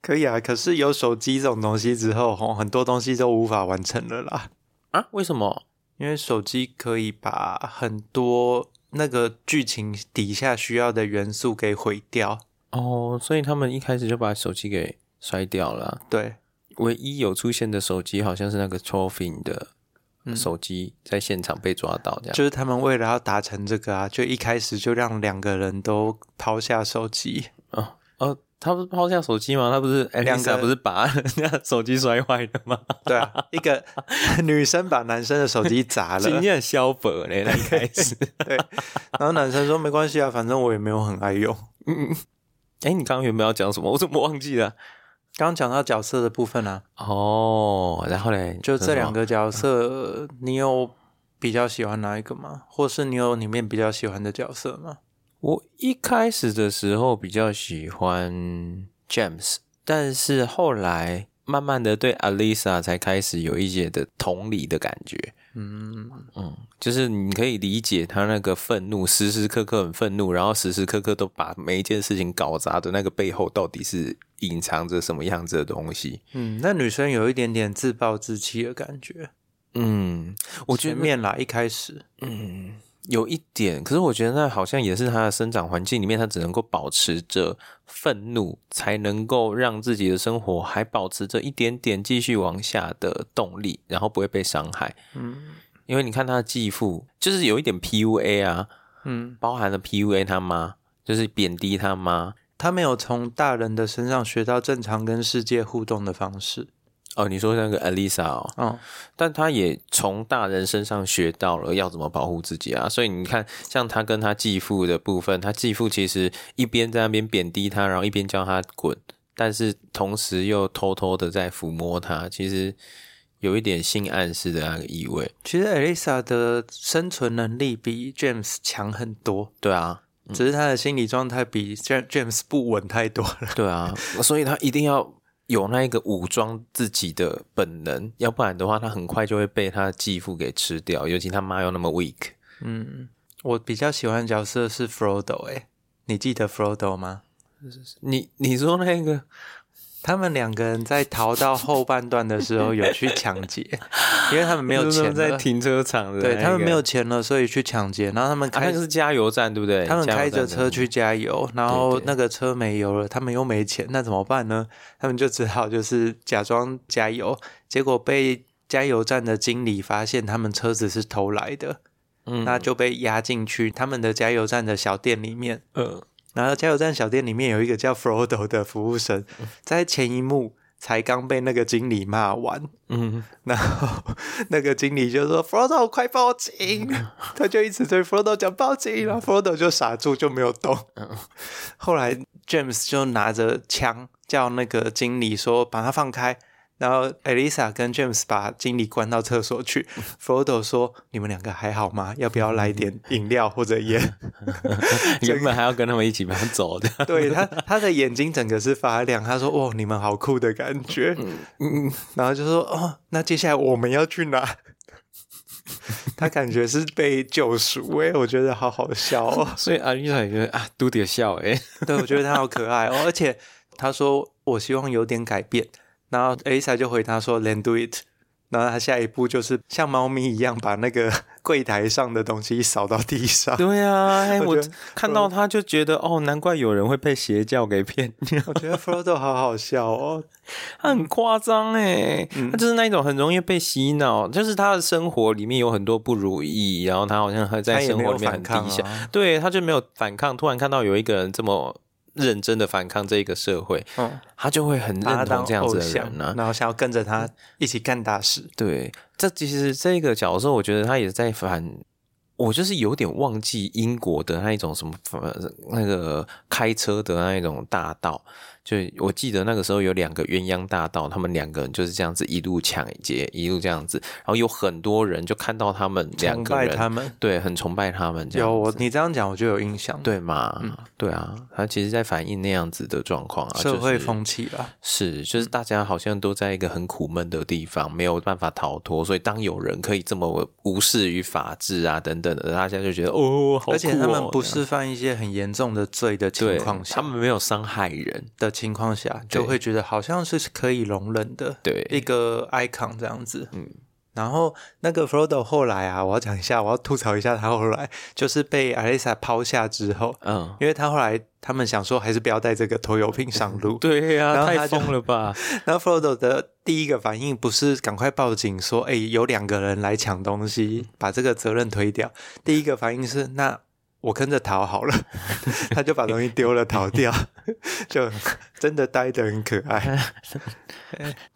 [SPEAKER 1] 可以啊，可是有手机这种东西之后，吼，很多东西都无法完成了啦。
[SPEAKER 2] 啊？为什么？
[SPEAKER 1] 因为手机可以把很多那个剧情底下需要的元素给毁掉。
[SPEAKER 2] 哦，所以他们一开始就把手机给摔掉了啊。
[SPEAKER 1] 对，
[SPEAKER 2] 唯一有出现的手机好像是那个 Trophy 的手机，在现场被抓到这样。
[SPEAKER 1] 嗯就是他们为了要达成这个啊，就一开始就让两个人都抛下手机。
[SPEAKER 2] 哦哦，他不是抛下手机吗？他不是
[SPEAKER 1] 两个
[SPEAKER 2] Alexa 不是把 *laughs* 人家手机摔坏的吗？
[SPEAKER 1] 对啊，一个 *laughs* 女生把男生的手机砸了，
[SPEAKER 2] 今天消薄嘞，那一开
[SPEAKER 1] *laughs*
[SPEAKER 2] 始。
[SPEAKER 1] 对，然后男生说没关系啊，反正我也没有很爱用。 *laughs*
[SPEAKER 2] 哎、你刚刚原本要讲什么？我怎么忘记了？
[SPEAKER 1] 刚刚讲到角色的部分啊，
[SPEAKER 2] 哦，然后嘞，
[SPEAKER 1] 就这两
[SPEAKER 2] 个
[SPEAKER 1] 个角色，你有比较喜欢哪一个吗？或是你有里面比较喜欢的角色吗？
[SPEAKER 2] 我一开始的时候比较喜欢 James，但是后来慢慢的对 Alisa 才开始有一些的同理的感觉。
[SPEAKER 1] 嗯，
[SPEAKER 2] 嗯，就是你可以理解他那个愤怒，时时刻刻很愤怒，然后时时刻刻都把每一件事情搞砸的那个背后到底是隐藏着什么样子的东西。
[SPEAKER 1] 嗯，那女生有一点点自暴自弃的感觉。
[SPEAKER 2] 嗯，我觉
[SPEAKER 1] 前
[SPEAKER 2] 得
[SPEAKER 1] 面啦，一开始，
[SPEAKER 2] 嗯，有一点，可是我觉得那好像也是他的生长环境里面，他只能够保持着愤怒，才能够让自己的生活还保持着一点点继续往下的动力，然后不会被伤害。
[SPEAKER 1] 嗯
[SPEAKER 2] 因为你看他的继父，就是有一点 PUA 啊，
[SPEAKER 1] 嗯，
[SPEAKER 2] 包含了 PUA 他妈，就是贬低他妈。
[SPEAKER 1] 她没有从大人的身上学到正常跟世界互动的方式。
[SPEAKER 2] 哦，你说那个 Alisa 哦，
[SPEAKER 1] 哦，
[SPEAKER 2] 但他也从大人身上学到了要怎么保护自己啊。所以你看，像他跟他继父的部分，他继父其实一边在那边贬低他，然后一边叫他滚，但是同时又偷偷的在抚摸他，其实有一点性暗示的那个意味。
[SPEAKER 1] 其实 Elisa 的生存能力比 James 强很多，
[SPEAKER 2] 对啊，
[SPEAKER 1] 只是她的心理状态比 Ja- James 不稳太多了。
[SPEAKER 2] 对啊，所以他一定要有那一个武装自己的本能，要不然的话，他很快就会被他的继父给吃掉，尤其他妈又那么 weak。
[SPEAKER 1] 嗯，我比较喜欢的角色是 Frodo，哎、你记得 Frodo 吗？
[SPEAKER 2] 你你说那个
[SPEAKER 1] 他们两个人在逃到后半段的时候有去抢劫，因为他们没
[SPEAKER 2] *laughs*
[SPEAKER 1] 有
[SPEAKER 2] 就是
[SPEAKER 1] 钱
[SPEAKER 2] 他们在
[SPEAKER 1] 了，
[SPEAKER 2] 停车场的、
[SPEAKER 1] 对他们没有。钱了，所以去抢劫。然后他们
[SPEAKER 2] 啊，
[SPEAKER 1] 开
[SPEAKER 2] 那个是加油站，对不对？
[SPEAKER 1] 他们
[SPEAKER 2] 加油
[SPEAKER 1] 开
[SPEAKER 2] 站
[SPEAKER 1] 着
[SPEAKER 2] 的
[SPEAKER 1] 车去加油，然后那个车没油了，他们又没钱，那怎么办呢？他们就只好就是假装加油，结果被加油站的经理发现他们车子是偷来的，
[SPEAKER 2] 嗯
[SPEAKER 1] 那就被押进去他们的加油站的小店里面。
[SPEAKER 2] 呃，
[SPEAKER 1] 然后加油站小店里面有一个叫 Frodo 的服务生，
[SPEAKER 2] 嗯
[SPEAKER 1] 在前一幕才刚被那个经理骂完，
[SPEAKER 2] *laughs* 嗯，
[SPEAKER 1] *laughs* 然后那个经理就说：“Frodo，快报警！” *laughs* 他就一直对 Frodo 讲报警，然后 Frodo 就傻住，就没有动。后来 James 就拿着枪叫那个经理说：“把他放开。”然后 Elisa 跟 James 把经理关到厕所去。Frodo 说：“你们两个还好吗？要不要来点饮料或者烟
[SPEAKER 2] 原本还要跟他们一起把他走的，？”
[SPEAKER 1] *laughs* 对他，他的眼睛整个是发亮。他说：“哇，你们好酷的感觉。”
[SPEAKER 2] 嗯，。
[SPEAKER 1] 然后就说：“哦，那接下来我们要去哪？” *laughs* 他感觉是被救赎哎、我觉得好好笑哦
[SPEAKER 2] 所以阿丽莎也觉得啊，嘟点笑哎、
[SPEAKER 1] *laughs*
[SPEAKER 2] *laughs*
[SPEAKER 1] 对，我觉得他好可爱哦。而且他说：“我希望有点改变。”然后 Elisa 就回他说：“Then do it。”然后他下一步就是像猫咪一样把那个 *laughs* 柜台上的东西扫到地上。
[SPEAKER 2] 对啊，哎、我
[SPEAKER 1] 我觉得
[SPEAKER 2] 看到他就觉得哦，难怪有人会被邪教给骗 *laughs* 掉，
[SPEAKER 1] 我觉得 Frodo 好好笑哦。
[SPEAKER 2] 他很夸张哎，他就是那一种很容易被洗脑，就是他的生活里面有很多不如意，然后他好像还在
[SPEAKER 1] 他也
[SPEAKER 2] 生
[SPEAKER 1] 没
[SPEAKER 2] 活
[SPEAKER 1] 有
[SPEAKER 2] 里面很
[SPEAKER 1] 反抗
[SPEAKER 2] 低下，
[SPEAKER 1] 啊。
[SPEAKER 2] 对，他就没有反抗。突然看到有一个人这么认真的反抗这个社会，
[SPEAKER 1] 嗯，
[SPEAKER 2] 他就会很
[SPEAKER 1] 把他
[SPEAKER 2] 认
[SPEAKER 1] 当
[SPEAKER 2] 同这样
[SPEAKER 1] 偶
[SPEAKER 2] 子的
[SPEAKER 1] 像，
[SPEAKER 2] 人啊呢、
[SPEAKER 1] 然后想要跟着他一起干大事。
[SPEAKER 2] 对，这其实这个角色，我觉得他也在反，我就是有点忘记英国的那一种什么呃那个开车的那一种大道，就我记得那个时候有两个鸳鸯大道，他们两个人就是这样子一路抢劫，一路这样子，然后有很多人就看到他们两
[SPEAKER 1] 崇
[SPEAKER 2] 个
[SPEAKER 1] 拜他
[SPEAKER 2] 人，
[SPEAKER 1] 们。
[SPEAKER 2] 对，很崇拜他们这样
[SPEAKER 1] 有
[SPEAKER 2] 子。
[SPEAKER 1] 我，你这样讲我就有印象。，
[SPEAKER 2] 对嘛？对啊，他其实在反映那样子的状况啊，
[SPEAKER 1] 社会
[SPEAKER 2] 就是
[SPEAKER 1] 风气吧。
[SPEAKER 2] 是，就是
[SPEAKER 1] 嗯
[SPEAKER 2] 大家好像都在一个很苦闷的地方，没有办法逃脱，所以当有人可以这么无视于法治啊等等的，大家就觉得哦，好酷哦
[SPEAKER 1] 而且他们不
[SPEAKER 2] 这样
[SPEAKER 1] 示范一些很严重的罪的情
[SPEAKER 2] 对
[SPEAKER 1] 况下，
[SPEAKER 2] 他们没有伤害人
[SPEAKER 1] 的情况下，就
[SPEAKER 2] 对
[SPEAKER 1] 会觉得好像是可以容忍的，
[SPEAKER 2] 对
[SPEAKER 1] 一个 icon 这样子。
[SPEAKER 2] 嗯
[SPEAKER 1] 然后那个 Frodo 后来啊，我要讲一下，我要吐槽一下他后来就是被 Alisa 抛下之后，
[SPEAKER 2] 嗯，
[SPEAKER 1] 因为他后来他们想说还是不要带这个拖油瓶上路，
[SPEAKER 2] 对呀、
[SPEAKER 1] 然后他
[SPEAKER 2] 太
[SPEAKER 1] 就
[SPEAKER 2] 疯了吧？
[SPEAKER 1] 然后 Frodo 的第一个反应不是赶快报警说，哎、有两个人来抢东西，把这个责任推掉。第一个反应是，那我跟着逃好 *laughs* 了，他就把东西丢了逃 *laughs* 掉，就真的呆得很可爱。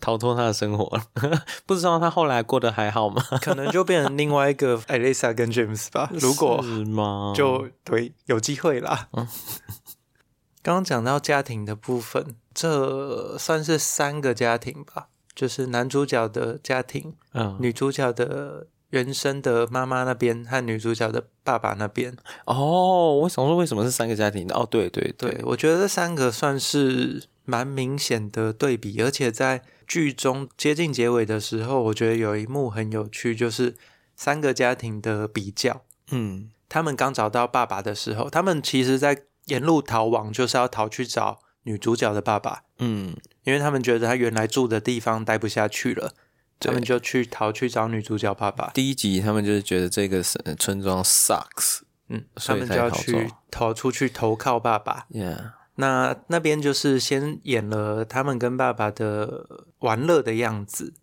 [SPEAKER 2] 逃脱他的生活了， *laughs* 不知道他后来过得还好吗？
[SPEAKER 1] 可能就变成另外一 *laughs* 个哦 Elisa 跟 James 吧， *laughs* 如果
[SPEAKER 2] 是吗？
[SPEAKER 1] 就对有机会啦。 *laughs* 刚刚讲到家庭的部分，这算是三个家庭吧，就是男主角的家庭。
[SPEAKER 2] 嗯
[SPEAKER 1] 女主角的原生的妈妈那边和女主角的爸爸那边。
[SPEAKER 2] 哦，我想说为什么是三个家庭的？哦，对对
[SPEAKER 1] 对，我觉得这三个算是蛮明显的对比，而且在剧中接近结尾的时候，我觉得有一幕很有趣，就是三个家庭的比较。
[SPEAKER 2] 嗯
[SPEAKER 1] 他们刚找到爸爸的时候，他们其实在沿路逃亡，就是要逃去找女主角的爸爸，
[SPEAKER 2] 嗯，
[SPEAKER 1] 因为他们觉得他原来住的地方待不下去了，他们就去逃去找女主角爸爸。
[SPEAKER 2] 第一集他们就是觉得这个是呃村庄 sucks，
[SPEAKER 1] 嗯，他
[SPEAKER 2] 所以
[SPEAKER 1] 们就
[SPEAKER 2] 才
[SPEAKER 1] 要
[SPEAKER 2] 逃
[SPEAKER 1] 去
[SPEAKER 2] 走啊
[SPEAKER 1] 逃出去投靠爸爸。
[SPEAKER 2] yeah，
[SPEAKER 1] 那那边就是先演了他们跟爸爸的玩乐的样子，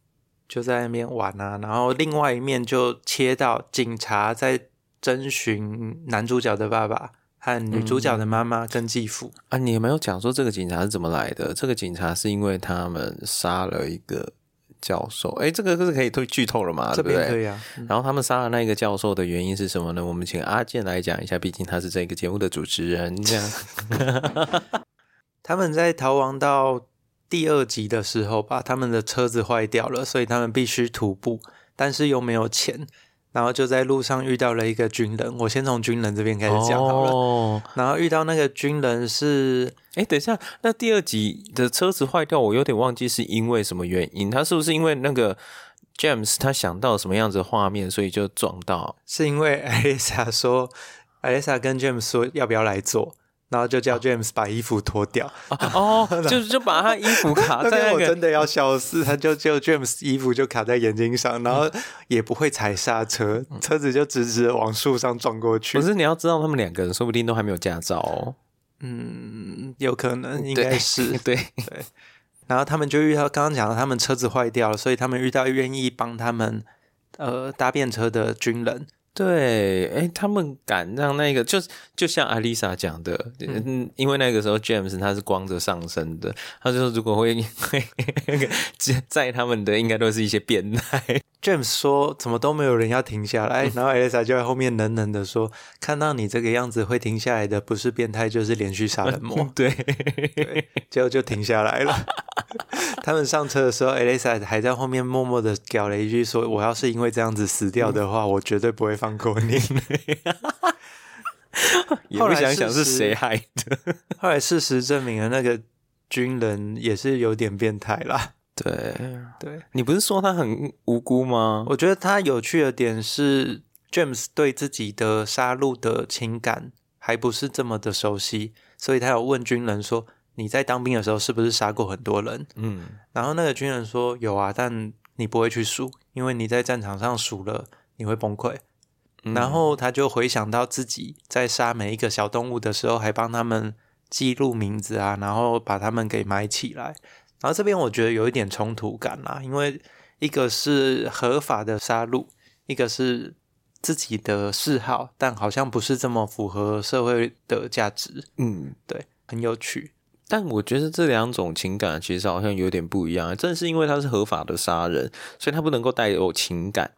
[SPEAKER 1] 就在那边玩啊。然后另外一面就切到警察在征询男主角的爸爸和女主
[SPEAKER 2] 嗯
[SPEAKER 1] 角的妈妈跟继父。
[SPEAKER 2] 啊，你有没有讲说这个警察是怎么来的？这个警察是因为他们杀了一个教授，哎，这个是可以推剧透了嘛？
[SPEAKER 1] 这
[SPEAKER 2] 对不
[SPEAKER 1] 边
[SPEAKER 2] 对？
[SPEAKER 1] 可以啊，
[SPEAKER 2] 然后他们杀了那个教授的原因是什么呢？我们请阿健来讲一下，毕竟他是这个节目的主持人。
[SPEAKER 1] *laughs*
[SPEAKER 2] 这样，
[SPEAKER 1] 他们在逃亡到第二集的时候吧，他们的车子坏掉了，所以他们必须徒步，但是又没有钱，然后就在路上遇到了一个军人。我先从军人这边开始讲好了。
[SPEAKER 2] 哦，
[SPEAKER 1] 然后遇到那个军人是，
[SPEAKER 2] 哎，等一下，那第二集的车子坏掉，我有点忘记是因为什么原因？他是不是因为那个 James 他想到什么样子的画面，所以就撞到？
[SPEAKER 1] 是因为 *laughs* Alisa 说，Alisa 跟 James 说要不要来做，然后就叫 James 把衣服脱掉。 *laughs*
[SPEAKER 2] 哦，就是就把他衣服卡
[SPEAKER 1] 那边
[SPEAKER 2] 在那
[SPEAKER 1] 我
[SPEAKER 2] 个
[SPEAKER 1] 真的要笑死， *laughs* 嗯他就就 James 衣服就卡在眼睛上，然后也不会踩刹车，车子就直直地往树上撞过去
[SPEAKER 2] 不。是，你要知道，他们两个人说不定都还没有驾照哦。
[SPEAKER 1] 嗯，有可能应该是。 *laughs*
[SPEAKER 2] 对，
[SPEAKER 1] 然后他们就遇到刚刚讲到他们车子坏掉了，所以他们遇到愿意帮他们呃搭便车的军人。
[SPEAKER 2] 对，哎，他们敢让那个，就就像艾丽莎讲的，嗯，因为那个时候 James 他是光着上身的，他就说如果会会那个载他们的，应该都是一些变态。
[SPEAKER 1] James 说：“怎么都没有人要停下来？”然后 Elsa 就在后面冷冷的说：“看到你这个样子会停下来的，不是变态就是连续杀人魔。
[SPEAKER 2] 对，”
[SPEAKER 1] 结果就停下来了。他们上车的时候，Elsa 还在后面默默的搞了一句说：“我要是因为这样子死掉的话，我绝对不会放过你。
[SPEAKER 2] 也
[SPEAKER 1] 后
[SPEAKER 2] 不
[SPEAKER 1] 来
[SPEAKER 2] 想想
[SPEAKER 1] 事
[SPEAKER 2] 是
[SPEAKER 1] 实
[SPEAKER 2] 谁害的。”
[SPEAKER 1] 后来事实证明了，那个军人也是有点变态啦。
[SPEAKER 2] 对，
[SPEAKER 1] 对，
[SPEAKER 2] 你不是说他很无辜吗？
[SPEAKER 1] 我觉得他有趣的点是，James 对自己的杀戮的情感还不是这么的熟悉，所以他有问军人说：“你在当兵的时候是不是杀过很多人
[SPEAKER 2] 嗯，？”
[SPEAKER 1] 然后那个军人说：“有啊，但你不会去数，因为你在战场上数了，你会崩溃。”
[SPEAKER 2] 嗯
[SPEAKER 1] 然后他就回想到自己在杀每一个小动物的时候，还帮他们记录名字啊，然后把它们给埋起来。然后这边我觉得有一点冲突感啦，因为一个是合法的杀戮，一个是自己的嗜好，但好像不是这么符合社会的价值，
[SPEAKER 2] 嗯，
[SPEAKER 1] 对，很有趣。
[SPEAKER 2] 但我觉得这两种情感其实好像有点不一样。正是因为他是合法的杀人，所以他不能够带有情感。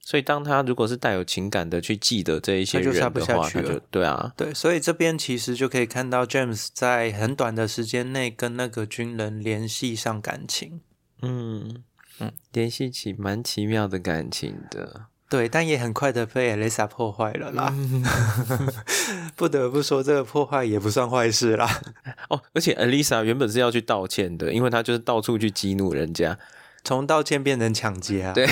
[SPEAKER 2] 所以当他如果是带有情感的去记得这一些
[SPEAKER 1] 他就
[SPEAKER 2] 人的
[SPEAKER 1] 杀
[SPEAKER 2] 话，
[SPEAKER 1] 不下去
[SPEAKER 2] 他就
[SPEAKER 1] 了
[SPEAKER 2] 对啊，
[SPEAKER 1] 对，所以这边其实就可以看到 James 在很短的时间内跟那个军人联系上感情，
[SPEAKER 2] 嗯嗯，联系起蛮奇妙的感情的。
[SPEAKER 1] 对，但也很快的被 Elisa 破坏了啦。
[SPEAKER 2] 嗯
[SPEAKER 1] *laughs* 不得不说，这个破坏也不算坏事啦。
[SPEAKER 2] 哦，而且 Elisa 原本是要去道歉的，因为他就是到处去激怒人家， *laughs*
[SPEAKER 1] 从盗窃变成抢劫啊， *laughs*
[SPEAKER 2] 对，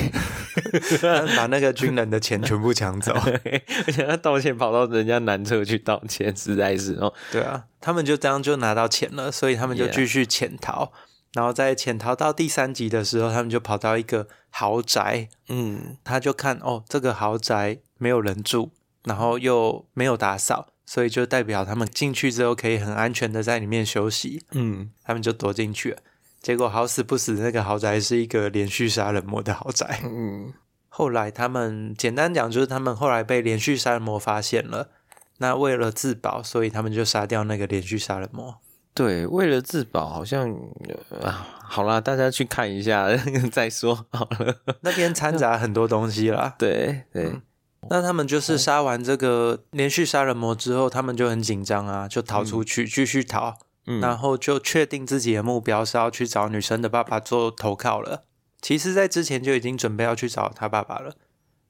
[SPEAKER 1] 把那个军人的钱全部抢
[SPEAKER 2] *laughs*
[SPEAKER 1] 走。
[SPEAKER 2] 而且他道歉跑到人家男厕去道歉，实在是哦，
[SPEAKER 1] 对啊，他们就这样就拿到钱了，所以他们就
[SPEAKER 2] Yeah
[SPEAKER 1] 继续潜逃。然后在潜逃到第三集的时候，他们就跑到一个豪宅，
[SPEAKER 2] 嗯，
[SPEAKER 1] 他就看哦，这个豪宅没有人住，然后又没有打扫，所以就代表他们进去之后可以很安全的在里面休息。
[SPEAKER 2] 嗯，
[SPEAKER 1] 他们就躲进去了。结果好死不死，那个豪宅是一个连续杀人魔的豪宅。 *laughs*
[SPEAKER 2] 嗯，
[SPEAKER 1] 后来他们简单讲就是他们后来被连续杀人魔发现了，那为了自保，所以他们就杀掉那个连续杀人魔。
[SPEAKER 2] 对，为了自保，好像呃啊，好啦，大家去看一下 *laughs* 再说好了。嗯
[SPEAKER 1] 那边掺杂很多东西啦。
[SPEAKER 2] 对对，
[SPEAKER 1] 那他们就是杀完这个连续杀人魔之后，他们就很紧张啊，就逃出去继续逃，
[SPEAKER 2] 嗯
[SPEAKER 1] 然后就确定自己的目标是要去找女生的爸爸做投靠了。其实，在之前就已经准备要去找他爸爸了，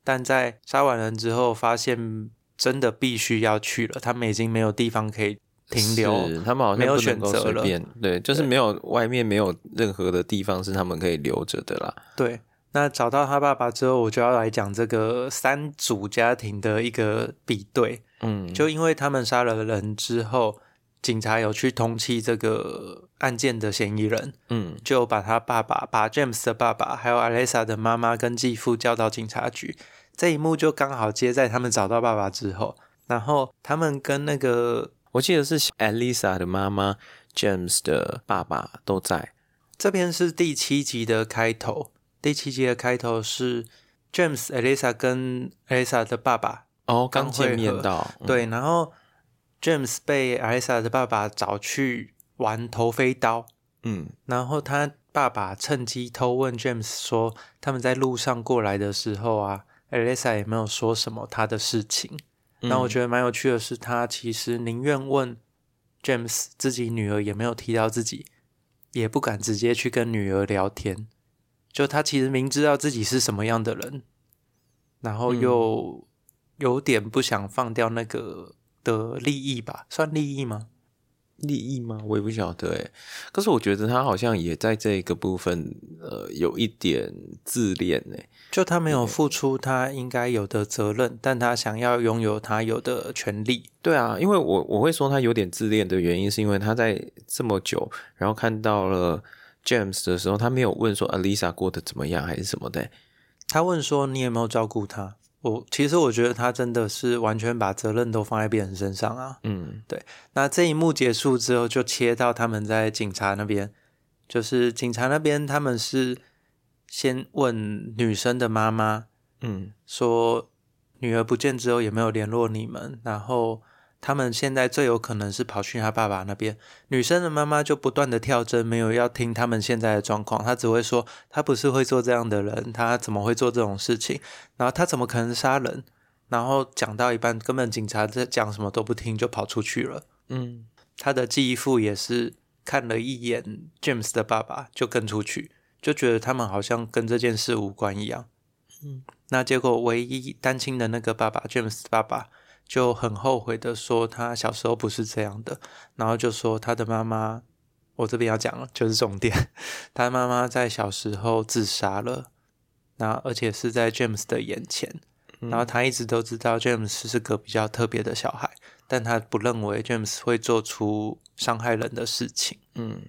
[SPEAKER 1] 但在杀完人之后，发现真的必须要去了，他们已经没有地方可以停留，
[SPEAKER 2] 是他们好像
[SPEAKER 1] 没有
[SPEAKER 2] 不能够
[SPEAKER 1] 选择
[SPEAKER 2] 随
[SPEAKER 1] 了
[SPEAKER 2] 便，对，就是没有外面没有任何的地方是他们可以留着的啦。
[SPEAKER 1] 对，那找到他爸爸之后，我就要来讲这个三组家庭的一个比对。
[SPEAKER 2] 嗯，
[SPEAKER 1] 就因为他们杀了人之后，警察有去通缉这个案件的嫌疑人，
[SPEAKER 2] 嗯
[SPEAKER 1] 就把他爸爸、把 James 的爸爸，还有 Alessa 的妈妈跟继父叫到警察局。这一幕就刚好接在他们找到爸爸之后，然后他们跟那个
[SPEAKER 2] 我记得是 Alisa 的妈妈 James 的爸爸都在。
[SPEAKER 1] 这边是第七集的开头，第七集的开头是 James、Alessa 跟 Alessa 的爸爸
[SPEAKER 2] 哦，
[SPEAKER 1] 刚
[SPEAKER 2] 刚见
[SPEAKER 1] 会
[SPEAKER 2] 面
[SPEAKER 1] 合
[SPEAKER 2] 到，嗯，
[SPEAKER 1] 对，然后 James 被 Alessa 的爸爸找去玩头飞刀，
[SPEAKER 2] 嗯，
[SPEAKER 1] 然后他爸爸趁机偷问 James 说，他们在路上过来的时候啊，Alessa 也没有说什么他的事情。
[SPEAKER 2] 嗯
[SPEAKER 1] 那我觉得蛮有趣的是，他其实宁愿问 James 自己女儿也没有提到自己，也不敢直接去跟女儿聊天。就他其实明知道自己是什么样的人，然后又有点不想放掉那个的利益吧，算利益吗？
[SPEAKER 2] 利益吗？我也不晓得哎。可是我觉得他好像也在这个部分，呃，有一点自恋哎。
[SPEAKER 1] 就他没有付出他应该有的责任，但他想要拥有他有的权利。
[SPEAKER 2] 对啊，因为我我会说他有点自恋的原因，是因为他在这么久，然后看到了 James 的时候，他没有问说 Alisa 过得怎么样还是什么的欸。
[SPEAKER 1] 他问说：“你有没有照顾他？”我其实我觉得他真的是完全把责任都放在别人身上啊。
[SPEAKER 2] 嗯
[SPEAKER 1] 那这一幕结束之后，就切到他们在警察那边，就是警察那边他们是先问女生的妈妈
[SPEAKER 2] 嗯
[SPEAKER 1] 说，女儿不见之后也没有联络你们，然后他们现在最有可能是跑去他爸爸那边。女生的妈妈就不断的跳针，没有要听他们现在的状况，她只会说她不是会做这样的人，她怎么会做这种事情？然后她怎么可能杀人？然后讲到一半，根本警察在讲什么都不听，就跑出去了。
[SPEAKER 2] 嗯
[SPEAKER 1] 他的继父也是看了一眼 James 的爸爸，就跟出去，就觉得他们好像跟这件事无关一样。
[SPEAKER 2] 嗯，
[SPEAKER 1] 那结果唯一单亲的那个爸爸 James 的爸爸就很后悔的说，他小时候不是这样的，然后就说他的妈妈，我这边要讲了，就是重点， *laughs* 他妈妈在小时候自杀了。那而且是在 James 的眼前，
[SPEAKER 2] 嗯
[SPEAKER 1] 然后他一直都知道 James 是个比较特别的小孩，但他不认为 James 会做出伤害人的事情。
[SPEAKER 2] 嗯，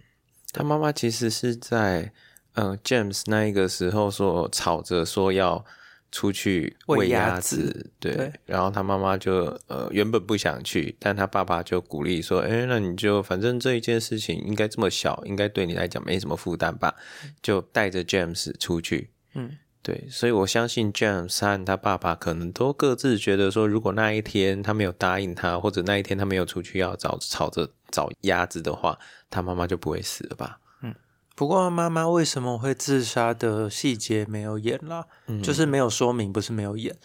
[SPEAKER 2] 他妈妈其实是在嗯、呃 James 那一个时候说吵着说要出去
[SPEAKER 1] 喂
[SPEAKER 2] 喂
[SPEAKER 1] 鸭
[SPEAKER 2] 鸭
[SPEAKER 1] 子
[SPEAKER 2] 子，对，
[SPEAKER 1] 对
[SPEAKER 2] 然后他妈妈就呃原本不想去，但他爸爸就鼓励说，哎，那你就反正这一件事情应该这么小，应该对你来讲没什么负担吧，就带着 James 出去。
[SPEAKER 1] 嗯，
[SPEAKER 2] 对，所以我相信 James 和他爸爸可能都各自觉得说，如果那一天他没有答应他，或者那一天他没有出去要找吵着找鸭子的话，他妈妈就不会死了吧？
[SPEAKER 1] 不过妈妈为什么会自杀的细节没有演啦，
[SPEAKER 2] 嗯
[SPEAKER 1] 就是没有说明，不是没有演，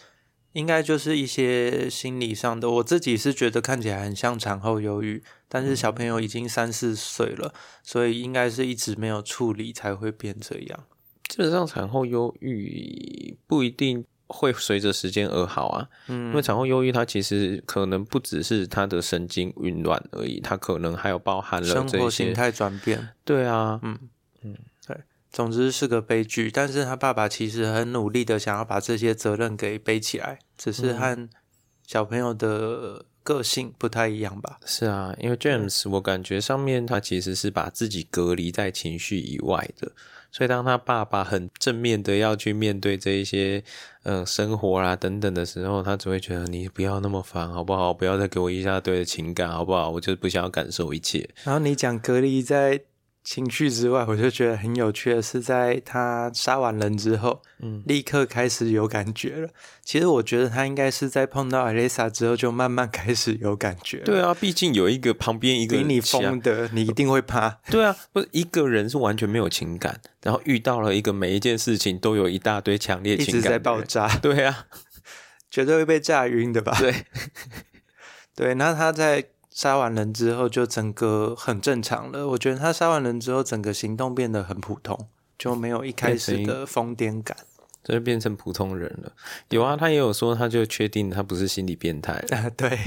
[SPEAKER 1] 应该就是一些心理上的。我自己是觉得看起来很像产后忧郁，但
[SPEAKER 2] 嗯
[SPEAKER 1] 是小朋友已经三四岁了，所以应该是一直没有处理才会变这样。
[SPEAKER 2] 基本上产后忧郁不一定会随着时间而好啊，因为
[SPEAKER 1] 嗯
[SPEAKER 2] 产后忧郁它其实可能不只是他的神经紊乱而已，它可能还有包含了
[SPEAKER 1] 生
[SPEAKER 2] 这一
[SPEAKER 1] 活形
[SPEAKER 2] 些，
[SPEAKER 1] 态转变，
[SPEAKER 2] 对啊，
[SPEAKER 1] 嗯嗯，对。总之是个悲剧，但是他爸爸其实很努力的想要把这些责任给背起来，只是和小朋友的个性不太一样吧。
[SPEAKER 2] 是啊，因为 James，我感觉上面他其实是把自己隔离在情绪以外的，所以当他爸爸很正面的要去面对这一些嗯、呃生活啦等等的时候，他只会觉得你不要那么烦好不好？不要再给我一大堆的情感好不好？我就是不想要感受一切。
[SPEAKER 1] 然后你讲隔离在情绪之外，我就觉得很有趣的是，在他杀完人之后，嗯，立刻开始有感觉了。其实我觉得他应该是在碰到 Alisa 之后，就慢慢开始有感觉。
[SPEAKER 2] 对，啊，毕竟有一个旁边一个
[SPEAKER 1] 比你
[SPEAKER 2] 其他
[SPEAKER 1] 疯的，你一定会怕。
[SPEAKER 2] *laughs* 对啊，不是一个人是完全没有情感，然后遇到了一个每一件事情都有一大堆强烈
[SPEAKER 1] 一
[SPEAKER 2] 情
[SPEAKER 1] 直
[SPEAKER 2] 感的
[SPEAKER 1] 在
[SPEAKER 2] 人
[SPEAKER 1] 爆。炸，
[SPEAKER 2] 对啊，
[SPEAKER 1] 绝对会被炸晕的吧？
[SPEAKER 2] 对，
[SPEAKER 1] *laughs* 对，那他在杀完人之后就整个很正常了。我觉得他杀完人之后，整个行动变得很普通，就没有一开始
[SPEAKER 2] 变成
[SPEAKER 1] 的疯癫感。
[SPEAKER 2] 这就变成普通人了。有啊，他也有说，他就确定他不是心理变态。
[SPEAKER 1] 啊， *laughs* 对，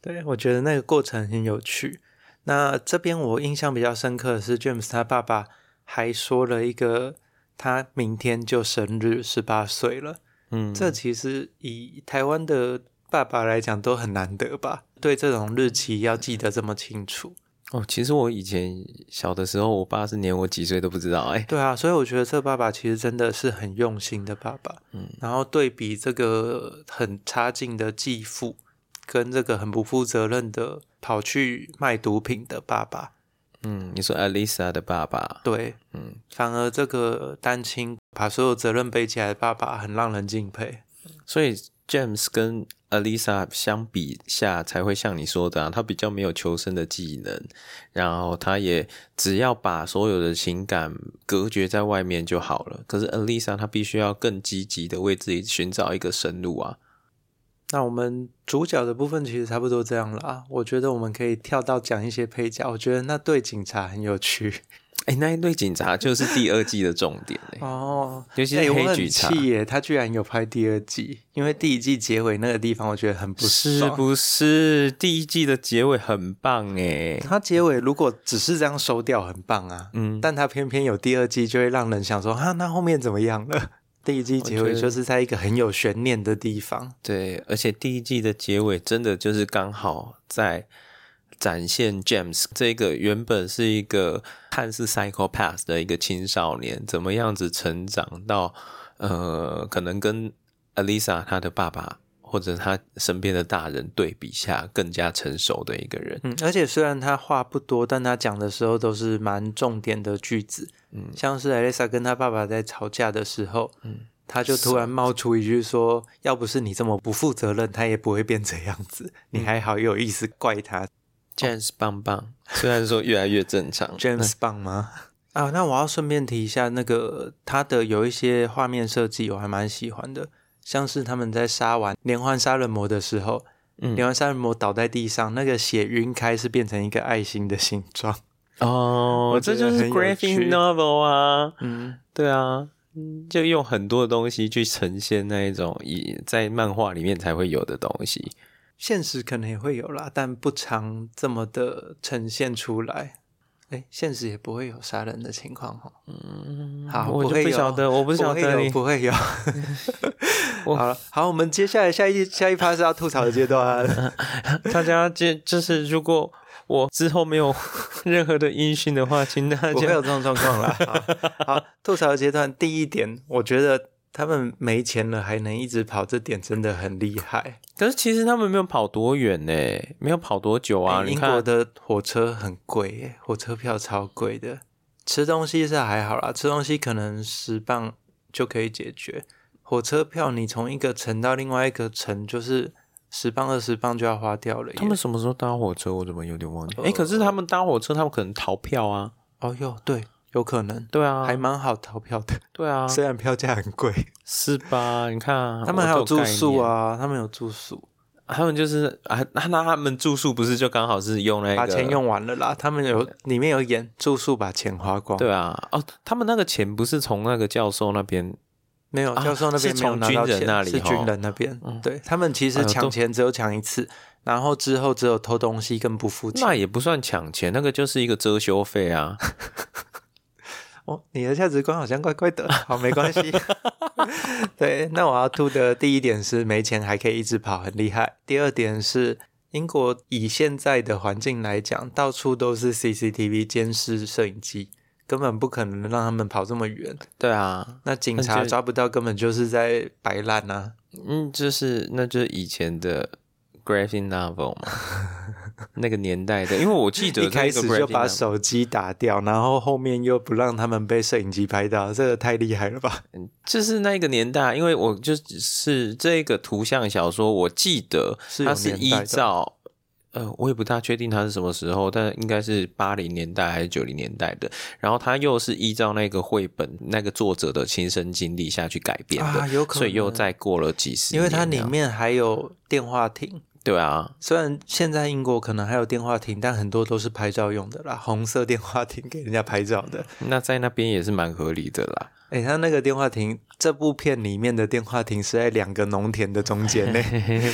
[SPEAKER 1] 对，我觉得那个过程很有趣。那这边我印象比较深刻的是，James 他爸爸还说了一个，他明天就生日，十八岁了。
[SPEAKER 2] 嗯，
[SPEAKER 1] 这其实以台湾的爸爸来讲都很难得吧？对这种日期要记得这么清楚。
[SPEAKER 2] 哦，其实我以前小的时候，我爸是连我几岁都不知道。哎、
[SPEAKER 1] 对啊，所以我觉得这爸爸其实真的是很用心的爸爸。嗯，然后对比这个很差劲的继父，跟这个很不负责任的跑去卖毒品的爸爸，
[SPEAKER 2] 嗯，你说 Alisa 的爸爸，
[SPEAKER 1] 对，
[SPEAKER 2] 嗯，
[SPEAKER 1] 反而这个单亲把所有责任背起来的爸爸，很让人敬佩。
[SPEAKER 2] 所以 James 跟 Alisa 相比下，才会像你说的、啊，他比较没有求生的技能，然后他也只要把所有的情感隔绝在外面就好了。可是 Alisa 她必须要更积极的为自己寻找一个生路啊。
[SPEAKER 1] 那我们主角的部分其实差不多这样了啊，我觉得我们可以跳到讲一些配角，我觉得那对警察很有趣，
[SPEAKER 2] 哎、那一对警察就是第二季的重点、欸
[SPEAKER 1] *laughs* 哦。
[SPEAKER 2] 尤其
[SPEAKER 1] 哎
[SPEAKER 2] 是
[SPEAKER 1] 我
[SPEAKER 2] 黑
[SPEAKER 1] 很
[SPEAKER 2] 警察，
[SPEAKER 1] 气耶！他居然有拍第二季，因为第一季结尾那个地方我觉得很不
[SPEAKER 2] 是
[SPEAKER 1] 爽。
[SPEAKER 2] 不是？第一季的结尾很棒哎、
[SPEAKER 1] 他结尾如果只是这样收掉，很棒啊。
[SPEAKER 2] 嗯，
[SPEAKER 1] 但他偏偏有第二季，就会让人想说啊，那后面怎么样了？第一季结
[SPEAKER 2] 我觉
[SPEAKER 1] 尾
[SPEAKER 2] 得
[SPEAKER 1] 就是在一个很有悬念的地方。
[SPEAKER 2] 对，而且第一季的结尾真的就是刚好在展现 James 这个原本是一个看似 psychopath 的一个青少年，怎么样子成长到呃，可能跟 Alisa 他的爸爸或者他身边的大人对比下更加成熟的一个人。
[SPEAKER 1] 嗯，而且虽然他话不多，但他讲的时候都是蛮重点的句子。嗯，像是艾丽莎跟他爸爸在吵架的时候，嗯，他就突然冒出一句说：“要不是你这么不负责任，他也不会变这样子。你还好有意思怪他
[SPEAKER 2] James 棒棒，虽然说越来越正常
[SPEAKER 1] *laughs* ，James 棒吗？”啊，那我要顺便提一下，那个他的有一些画面设计我还蛮喜欢的，像是他们在杀完连环杀人魔的时候，
[SPEAKER 2] 嗯
[SPEAKER 1] 连环杀人魔倒在地上，那个血晕开是变成一个爱心的形状。
[SPEAKER 2] 哦
[SPEAKER 1] 我，觉
[SPEAKER 2] 这
[SPEAKER 1] 得
[SPEAKER 2] 就是
[SPEAKER 1] 很有
[SPEAKER 2] graphic
[SPEAKER 1] 趣
[SPEAKER 2] novel 啊，
[SPEAKER 1] 嗯，
[SPEAKER 2] 对啊，嗯就用很多东西去呈现那一种以在漫画里面才会有的东西。
[SPEAKER 1] 现实可能也会有啦，但不常这么的呈现出来。哎，现实也不会有杀人的情况哦。嗯，好，
[SPEAKER 2] 我就
[SPEAKER 1] 会
[SPEAKER 2] 不
[SPEAKER 1] 有
[SPEAKER 2] 晓得我不晓得
[SPEAKER 1] 会有
[SPEAKER 2] 你
[SPEAKER 1] 不
[SPEAKER 2] *laughs*
[SPEAKER 1] 会有。好了，好，我们接下来下一下一趴是要吐槽的阶
[SPEAKER 2] *laughs*
[SPEAKER 1] 段。
[SPEAKER 2] 大家这就是如果我之后没有 *laughs* 任何的音讯的话，请大
[SPEAKER 1] 不会有
[SPEAKER 2] 家
[SPEAKER 1] 这种状况啦。好，好吐槽的阶段第一点，我觉得他们没钱了还能一直跑，这点真的很厉害。
[SPEAKER 2] 可是其实他们没有跑多远呢，没有跑多久啊。
[SPEAKER 1] 欸
[SPEAKER 2] 你
[SPEAKER 1] 英国
[SPEAKER 2] 看，
[SPEAKER 1] 的火车很贵耶，火车票超贵的。吃东西是还好啦，吃东西可能十磅就可以解决。火车票你从一个城到另外一个城，就是十磅二十磅就要花掉了耶。
[SPEAKER 2] 他们什么时候搭火车？我怎么有点忘
[SPEAKER 1] 呃
[SPEAKER 2] 记？哎、可是他们搭火车，他们可能逃票啊。
[SPEAKER 1] 哦哟，对，有可能，
[SPEAKER 2] 对啊，
[SPEAKER 1] 还蛮好逃票的，
[SPEAKER 2] 对
[SPEAKER 1] *laughs*
[SPEAKER 2] 啊，
[SPEAKER 1] 虽然票价很贵。
[SPEAKER 2] 是吧？你看，
[SPEAKER 1] 他们还
[SPEAKER 2] 我
[SPEAKER 1] 有住
[SPEAKER 2] 都概
[SPEAKER 1] 宿
[SPEAKER 2] 念
[SPEAKER 1] 啊，他们有住宿，
[SPEAKER 2] 他们就是啊，那那他们住宿不是就刚好是用那个
[SPEAKER 1] 把钱用完了啦。他们有里面有演住宿把钱花光，
[SPEAKER 2] 对啊，哦，他们那个钱不是从那个教授那边，
[SPEAKER 1] 没有，
[SPEAKER 2] 啊
[SPEAKER 1] 教授那边
[SPEAKER 2] 是
[SPEAKER 1] 没有
[SPEAKER 2] 从
[SPEAKER 1] 拿到
[SPEAKER 2] 军人
[SPEAKER 1] 钱，
[SPEAKER 2] 那里
[SPEAKER 1] 是
[SPEAKER 2] 吼
[SPEAKER 1] 军人那边。对他们其
[SPEAKER 2] 哎
[SPEAKER 1] 实
[SPEAKER 2] 呦都
[SPEAKER 1] 抢钱只有抢一次，然后之后只有偷东西跟不付钱 *laughs*
[SPEAKER 2] 那。也不算抢钱，那个就是一个遮羞费啊。
[SPEAKER 1] 哦，你的价值观好像怪怪
[SPEAKER 2] *laughs*
[SPEAKER 1] 的。好，没关系。对，那我要吐的第一点是没钱还可以一直跑，很厉害。第二点是英国以现在的环境来讲，到处都是 CCTV 监视摄影机，根本不可能让他们跑这么远。
[SPEAKER 2] 对啊，
[SPEAKER 1] 那警
[SPEAKER 2] 那
[SPEAKER 1] 察
[SPEAKER 2] 就
[SPEAKER 1] 抓不到，根本就是在摆烂啊。
[SPEAKER 2] 嗯，就是那就是以前的 graphic novel
[SPEAKER 1] *laughs*
[SPEAKER 2] 嘛，那个年代的，因为我记得
[SPEAKER 1] 一开
[SPEAKER 2] 那
[SPEAKER 1] 始
[SPEAKER 2] 个啊
[SPEAKER 1] 就
[SPEAKER 2] graphic
[SPEAKER 1] 把
[SPEAKER 2] novel
[SPEAKER 1] 手机打掉，然后后面又不让他们被摄影机拍到，这个太厉害了吧？
[SPEAKER 2] 就是那个年代，因为我就只是这个图像小说，我记得
[SPEAKER 1] 是有
[SPEAKER 2] 它是
[SPEAKER 1] 年
[SPEAKER 2] 依
[SPEAKER 1] 代的
[SPEAKER 2] 照，呃，我也不大确定它是什么时候，但应该是八零年代还是九零年代的。然后它又是依照那个绘本那个作者的亲身经历下去改编的，
[SPEAKER 1] 啊有可能
[SPEAKER 2] 所以又再过了几十
[SPEAKER 1] 因
[SPEAKER 2] 年
[SPEAKER 1] 为
[SPEAKER 2] 这
[SPEAKER 1] 它
[SPEAKER 2] 样，
[SPEAKER 1] 里面还有电话亭，
[SPEAKER 2] 对啊，
[SPEAKER 1] 虽然现在英国可能还有电话亭，但很多都是拍照用的啦，红色电话亭给人家拍照的。
[SPEAKER 2] 那在那边也是蛮合理的
[SPEAKER 1] *laughs*
[SPEAKER 2] 啦。
[SPEAKER 1] 诶，他那个电话亭，这部片里面的电话亭是在两个农田的中间
[SPEAKER 2] *laughs*
[SPEAKER 1] 呢、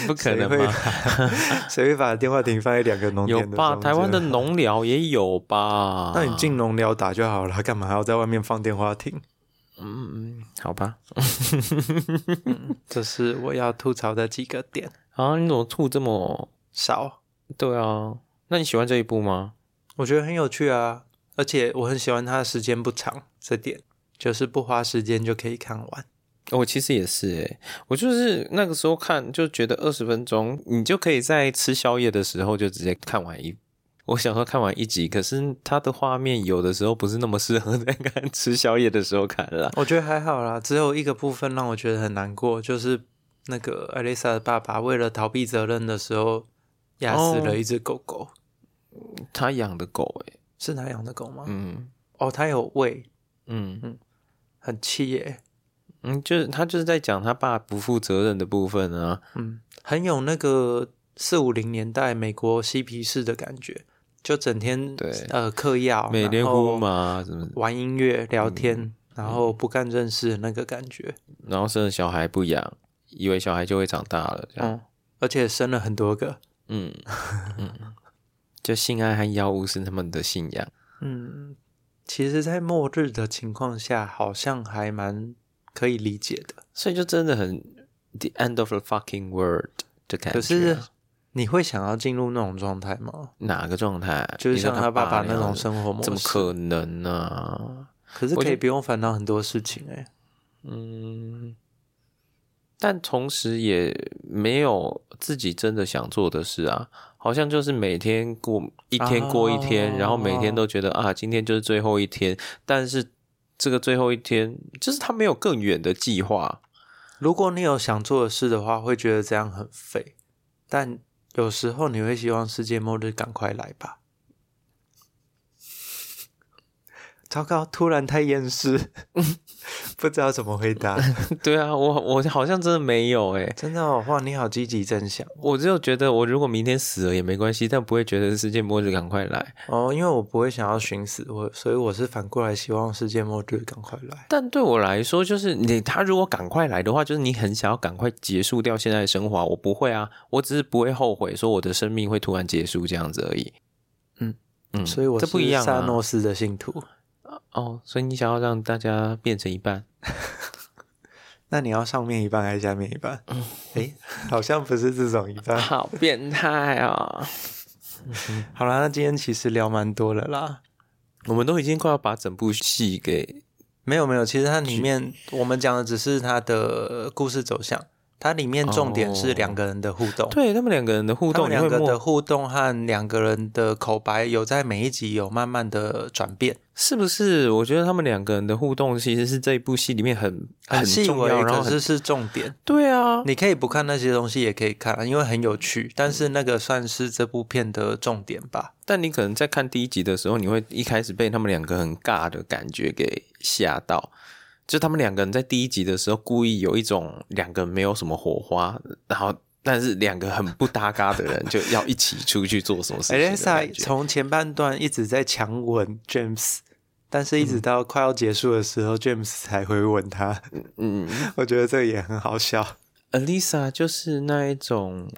[SPEAKER 2] 不可
[SPEAKER 1] 谁
[SPEAKER 2] 能
[SPEAKER 1] 会
[SPEAKER 2] 吧？ *laughs*
[SPEAKER 1] 把谁会把电话亭放在两个农田
[SPEAKER 2] 有
[SPEAKER 1] 的中间？啊
[SPEAKER 2] 吧？台湾的农寮也有吧？
[SPEAKER 1] *laughs* 那你进农寮打就好了，干嘛还要在外面放电话亭？
[SPEAKER 2] 嗯，好吧。
[SPEAKER 1] 这是我要吐槽的几个点。
[SPEAKER 2] 啊，你怎么吐这么？
[SPEAKER 1] 少，
[SPEAKER 2] 对啊，那你喜欢这一部吗？
[SPEAKER 1] 我觉得很有趣啊，而且我很喜欢它的时间不长，这点就是不花时间就可以看完。
[SPEAKER 2] 哦我其实也是诶、我就是那个时候看就觉得二十分钟，你就可以在吃宵夜的时候就直接看完一。我想说看完一集，可是它的画面有的时候不是那么适合在看 *laughs* 吃宵夜的时候看啦。
[SPEAKER 1] 我觉得还好啦，只有一个部分让我觉得很难过，就是那个艾丽莎的爸爸为了逃避责任的时候，压死
[SPEAKER 2] 哦
[SPEAKER 1] 了一只狗狗，
[SPEAKER 2] 他养的狗诶、
[SPEAKER 1] 是他养的狗吗？
[SPEAKER 2] 嗯
[SPEAKER 1] 哦，他有喂，
[SPEAKER 2] 嗯
[SPEAKER 1] 很气耶，
[SPEAKER 2] 嗯，就是他就是在讲他爸不负责任的部分啊。
[SPEAKER 1] 嗯，很有那个四五零年代美国嬉皮士的感觉，就整天
[SPEAKER 2] 对
[SPEAKER 1] 呃嗑药，
[SPEAKER 2] 美
[SPEAKER 1] 然
[SPEAKER 2] 莲
[SPEAKER 1] 后
[SPEAKER 2] 姑嘛，什么，
[SPEAKER 1] 玩音乐、聊天，
[SPEAKER 2] 嗯
[SPEAKER 1] 然后不干正事的那个感觉。
[SPEAKER 2] 然后生了小孩不养，以为小孩就会长大了，这样。
[SPEAKER 1] 嗯，而且生了很多个。 *laughs*
[SPEAKER 2] 嗯，嗯，就性爱和药物是他们的信仰。
[SPEAKER 1] 嗯，其实，在末日的情况下，好像还蛮可以理解的。
[SPEAKER 2] 所以就真的很 the end of the fucking world 的感觉。
[SPEAKER 1] 可是，你会想要进入那种状态吗？
[SPEAKER 2] 哪个状态？
[SPEAKER 1] 就是像
[SPEAKER 2] 你说
[SPEAKER 1] 他
[SPEAKER 2] 他
[SPEAKER 1] 爸爸
[SPEAKER 2] 那
[SPEAKER 1] 那
[SPEAKER 2] 样
[SPEAKER 1] 种
[SPEAKER 2] 子
[SPEAKER 1] 生活模式，
[SPEAKER 2] 怎么可能呢、啊？
[SPEAKER 1] 可是
[SPEAKER 2] 我
[SPEAKER 1] 可以
[SPEAKER 2] 就
[SPEAKER 1] 不用烦恼很多事情哎、
[SPEAKER 2] 嗯，但同时也没有自己真的想做的事啊，好像就是每天过一天过一天，
[SPEAKER 1] 哦
[SPEAKER 2] 然后每天都觉得啊，今天就是最后一天，但是这个最后一天就是他没有更远的计划。
[SPEAKER 1] 如果你有想做的事的话，会觉得这样很废。但有时候你会希望世界末日赶快来吧。 *laughs* 糟糕，突然太厌世， *laughs* 不知道怎么回答。
[SPEAKER 2] 对啊，我我好像真的没有诶、
[SPEAKER 1] 真的、哦，哇，你好积极正向
[SPEAKER 2] 我只有觉得我如果明天死了也没关系，但不会觉得世界末日赶快来。
[SPEAKER 1] 哦，因为我不会想要寻死，我所以我是反过来希望世界末日赶快来。
[SPEAKER 2] 但对我来说，就是你他如果赶快来的话，就是你很想要赶快结束掉现在的生活啊。我不会啊，我只是不会后悔说我的生命会突然结束这样子而已。
[SPEAKER 1] 嗯
[SPEAKER 2] 嗯，
[SPEAKER 1] 所以我
[SPEAKER 2] 这
[SPEAKER 1] 是
[SPEAKER 2] 不一样
[SPEAKER 1] 萨
[SPEAKER 2] 啊。
[SPEAKER 1] 诺斯的信徒。
[SPEAKER 2] 哦，所以你想要让大家变成一半，
[SPEAKER 1] 那你要上面一半还是下面一
[SPEAKER 2] *laughs*
[SPEAKER 1] 半？诶，好像不是这种一半。
[SPEAKER 2] 好变态
[SPEAKER 1] *laughs*
[SPEAKER 2] 啊！
[SPEAKER 1] 好啦，那今天其实聊蛮多了啦。
[SPEAKER 2] 我们都已经快要把整部戏给
[SPEAKER 1] 没有没有，其实它里面我们讲的只是它的故事走向，它里面重点是两个人的互动，
[SPEAKER 2] 哦对他们两个人的互
[SPEAKER 1] 哦他
[SPEAKER 2] 动，
[SPEAKER 1] 们
[SPEAKER 2] 你
[SPEAKER 1] 两
[SPEAKER 2] 会
[SPEAKER 1] 个
[SPEAKER 2] 默
[SPEAKER 1] 的互动和两个人的口白有在每一集有慢慢的转变，
[SPEAKER 2] 是不是？我觉得他们两个人的互动其实是这一部戏里面很
[SPEAKER 1] 细
[SPEAKER 2] 重
[SPEAKER 1] 微，
[SPEAKER 2] 要，然后
[SPEAKER 1] 可
[SPEAKER 2] 很
[SPEAKER 1] 是是重点。
[SPEAKER 2] 对啊，
[SPEAKER 1] 你可以不看那些东西，也可以看，因为很有趣。但是那个算是这部片的重点吧。
[SPEAKER 2] 但你可能在看第一集的时候，你会一开始被他们两个很尬的感觉给吓到，就他们两个人在第一集的时候故意有一种两个没有什么火花，然后但是两个很不搭嘎的人就要一起出去做什么事情的
[SPEAKER 1] Alexa
[SPEAKER 2] 感觉。
[SPEAKER 1] 从前半段一直在强吻 James，但是一直到快要结束的时候、j a m e s 才会吻他。 *laughs*
[SPEAKER 2] 嗯
[SPEAKER 1] 我觉得这也很好笑。
[SPEAKER 2] ，Alisa 就是那一种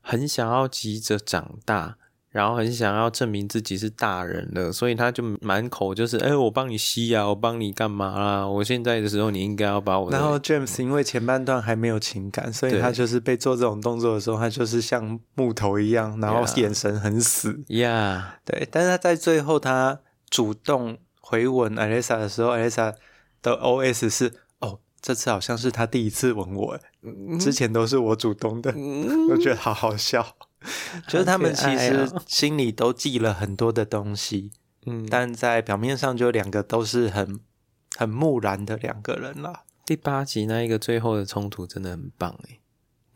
[SPEAKER 2] 很想要急着长大，然后很想要证明自己是大人了，所以他就满口就是，哎、我帮你吸啊，我帮你干嘛啦？我现在的时候，你应该要把我的嗯
[SPEAKER 1] 然后 James 因为前半段还没有情感，所以
[SPEAKER 2] 对
[SPEAKER 1] 他就是被做这种动作的时候，他就是像木头一样，然后
[SPEAKER 2] Yeah
[SPEAKER 1] 眼神很死。 *laughs*
[SPEAKER 2] 呀
[SPEAKER 1] 对，但是他在最后他主动回吻 Alessa 的时候，Alessa 的 OS 是：哦，这次好像是他第一次吻我，
[SPEAKER 2] 嗯
[SPEAKER 1] 之前都是我主动的，我觉得好好
[SPEAKER 2] *laughs*
[SPEAKER 1] 笑。就是他们
[SPEAKER 2] 好
[SPEAKER 1] 其
[SPEAKER 2] 可爱
[SPEAKER 1] 实
[SPEAKER 2] 哦
[SPEAKER 1] 心里都记了很多的东西，
[SPEAKER 2] 嗯，
[SPEAKER 1] 但在表面上就两个都是很很木然的两个人啦。
[SPEAKER 2] 第八集那一个最后的冲突真的很棒哎、
[SPEAKER 1] 嗯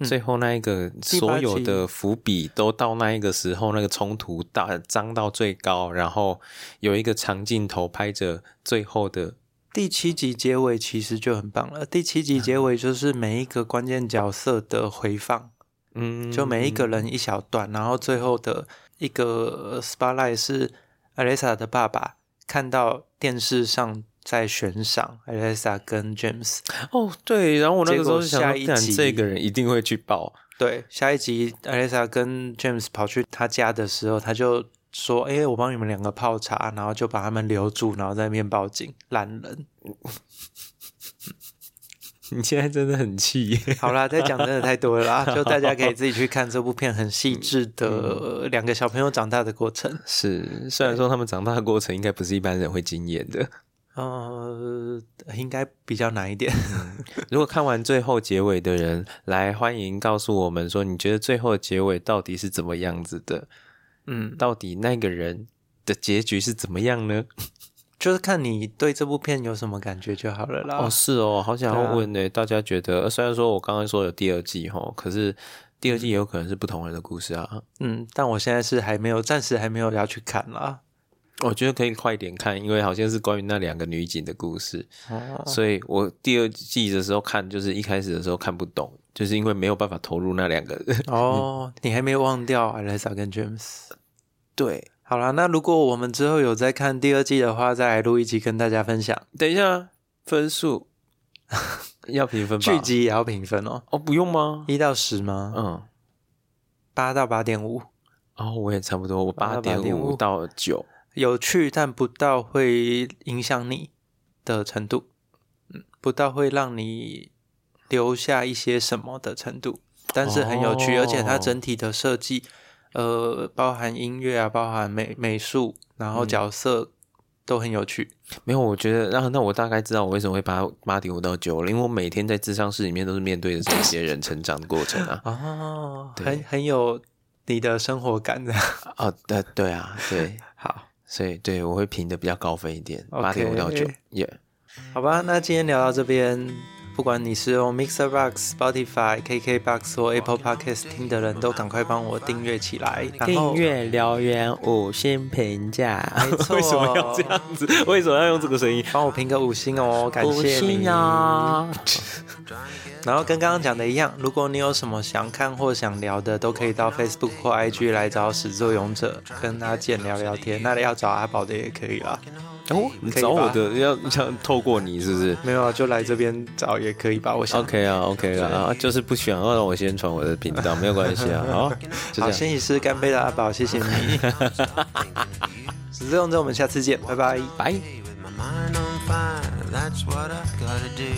[SPEAKER 2] 最后那一个
[SPEAKER 1] 集
[SPEAKER 2] 所有的伏笔都到那一个时候，那个冲突大张到最高，然后有一个长镜头拍着最后的，
[SPEAKER 1] 第七集结尾其实就很棒了。第七
[SPEAKER 2] 嗯
[SPEAKER 1] 集结尾就是每一个关键角色的回放，
[SPEAKER 2] 嗯，
[SPEAKER 1] 就每一个人一小段，然后最后的一个呃 spotlight 是 Alessa 的爸爸看到电视上在悬赏 Alessa 跟 James，
[SPEAKER 2] 哦对，然后我那个时候就想
[SPEAKER 1] 结果
[SPEAKER 2] 说，
[SPEAKER 1] 下一
[SPEAKER 2] 干
[SPEAKER 1] 集
[SPEAKER 2] 这个人一定会去 *laughs* 报，
[SPEAKER 1] 对，下一集 Alessa 跟 James 跑去他家的时候，他就说：“哎、我帮你们两个泡茶，然后就把他们留住，然后在那边报警，懒人。
[SPEAKER 2] 你现在真的很气耶，”
[SPEAKER 1] *laughs* 好啦，在讲真的太多了啦，就大家可以自己去看这部片，很细致的呃两个小朋友长大的过程。
[SPEAKER 2] *laughs* 是，虽然说他们长大的过程应该不是一般人会经验的。
[SPEAKER 1] 呃，应该比较难一点。
[SPEAKER 2] *laughs* 如果看完最后结尾的人，来欢迎告诉我们说，你觉得最后结尾到底是怎么样子的？
[SPEAKER 1] 嗯，
[SPEAKER 2] 到底那个人的结局是怎么样呢？
[SPEAKER 1] 就是看你对这部片有什么感觉就好了啦。
[SPEAKER 2] 哦，是哦，好想
[SPEAKER 1] 对啊
[SPEAKER 2] 要问呢、大家觉得，呃虽然说我刚刚说有第二季哈，可是第二季也有可能是不同人的故事啊。
[SPEAKER 1] 嗯，但我现在是还没有，暂时还没有要去看啦。
[SPEAKER 2] 我觉得可以快点看，因为好像是关于那两个女警的故事，
[SPEAKER 1] 哦，
[SPEAKER 2] 所以我第二季的时候看，就是一开始的时候看不懂，就是因为没有办法投入那两个人。 *laughs*
[SPEAKER 1] 哦，你还没忘掉 Alessa 跟 James。
[SPEAKER 2] 对，
[SPEAKER 1] 好啦，那如果我们之后有在看第二季的话，再来录一集跟大家分享。
[SPEAKER 2] 等一下，分数要评分吧？
[SPEAKER 1] 剧集也要评分哦，
[SPEAKER 2] 哦，不用吗？
[SPEAKER 1] 一到十吗？
[SPEAKER 2] 嗯，
[SPEAKER 1] 八到八点五，
[SPEAKER 2] 哦，我也差不多，我八点
[SPEAKER 1] 8.5
[SPEAKER 2] 五到九。
[SPEAKER 1] 有趣但不到会影响你的程度，嗯，不到会让你留下一些什么的程度，但是很有趣，
[SPEAKER 2] 哦
[SPEAKER 1] 而且它整体的设计，呃，包含音乐啊，包含美美
[SPEAKER 2] 嗯
[SPEAKER 1] 术，然后角色都很有趣。。
[SPEAKER 2] 没有，我觉得那那我大概知道我为什么会八八点五到九了，因为我每天在智商室里面都是面对着这些人成长的过程啊
[SPEAKER 1] 哦，
[SPEAKER 2] 对
[SPEAKER 1] 很很有你的生活感的。 *laughs*
[SPEAKER 2] 啊，对对啊，对，
[SPEAKER 1] 好，
[SPEAKER 2] *laughs* 所以对我会评的比较高分一点，
[SPEAKER 1] OK
[SPEAKER 2] 八点五到九，耶、
[SPEAKER 1] 好吧，那今天聊到这边。不管你是用 Mixer Box、Spotify、KK Box 或 Apple Podcast 听的人，都赶快帮我订阅起来。然后
[SPEAKER 2] 阅留言五星评 *laughs* 价，
[SPEAKER 1] 没错
[SPEAKER 2] 为什么要这样子？为什么要用这个声音？
[SPEAKER 1] 帮我评个五星哦，感谢你。
[SPEAKER 2] 啊！
[SPEAKER 1] 然后跟刚刚讲的一样，如果你有什么想看或想聊的，都可以到 Facebook 或 IG 来找始作俑者，跟阿健聊聊天。那要找阿宝的也可以啦，
[SPEAKER 2] *laughs* 哦，你
[SPEAKER 1] 可以吧
[SPEAKER 2] 找我的要想透过你是不是
[SPEAKER 1] 没有啊，就来这边找也可以吧。我想，
[SPEAKER 2] *laughs* ？OK 啊，OK 啊啊，就是不想要让我宣传我的频道，没有关系啊，好，就
[SPEAKER 1] 好，
[SPEAKER 2] 这样，
[SPEAKER 1] 先一试干杯的阿宝，谢谢你。 *laughs* 始作俑者，我们下次见，拜拜。
[SPEAKER 2] 拜。
[SPEAKER 3] with my mind on fire. That's what I've got to do.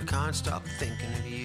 [SPEAKER 3] I can't stop thinking of you.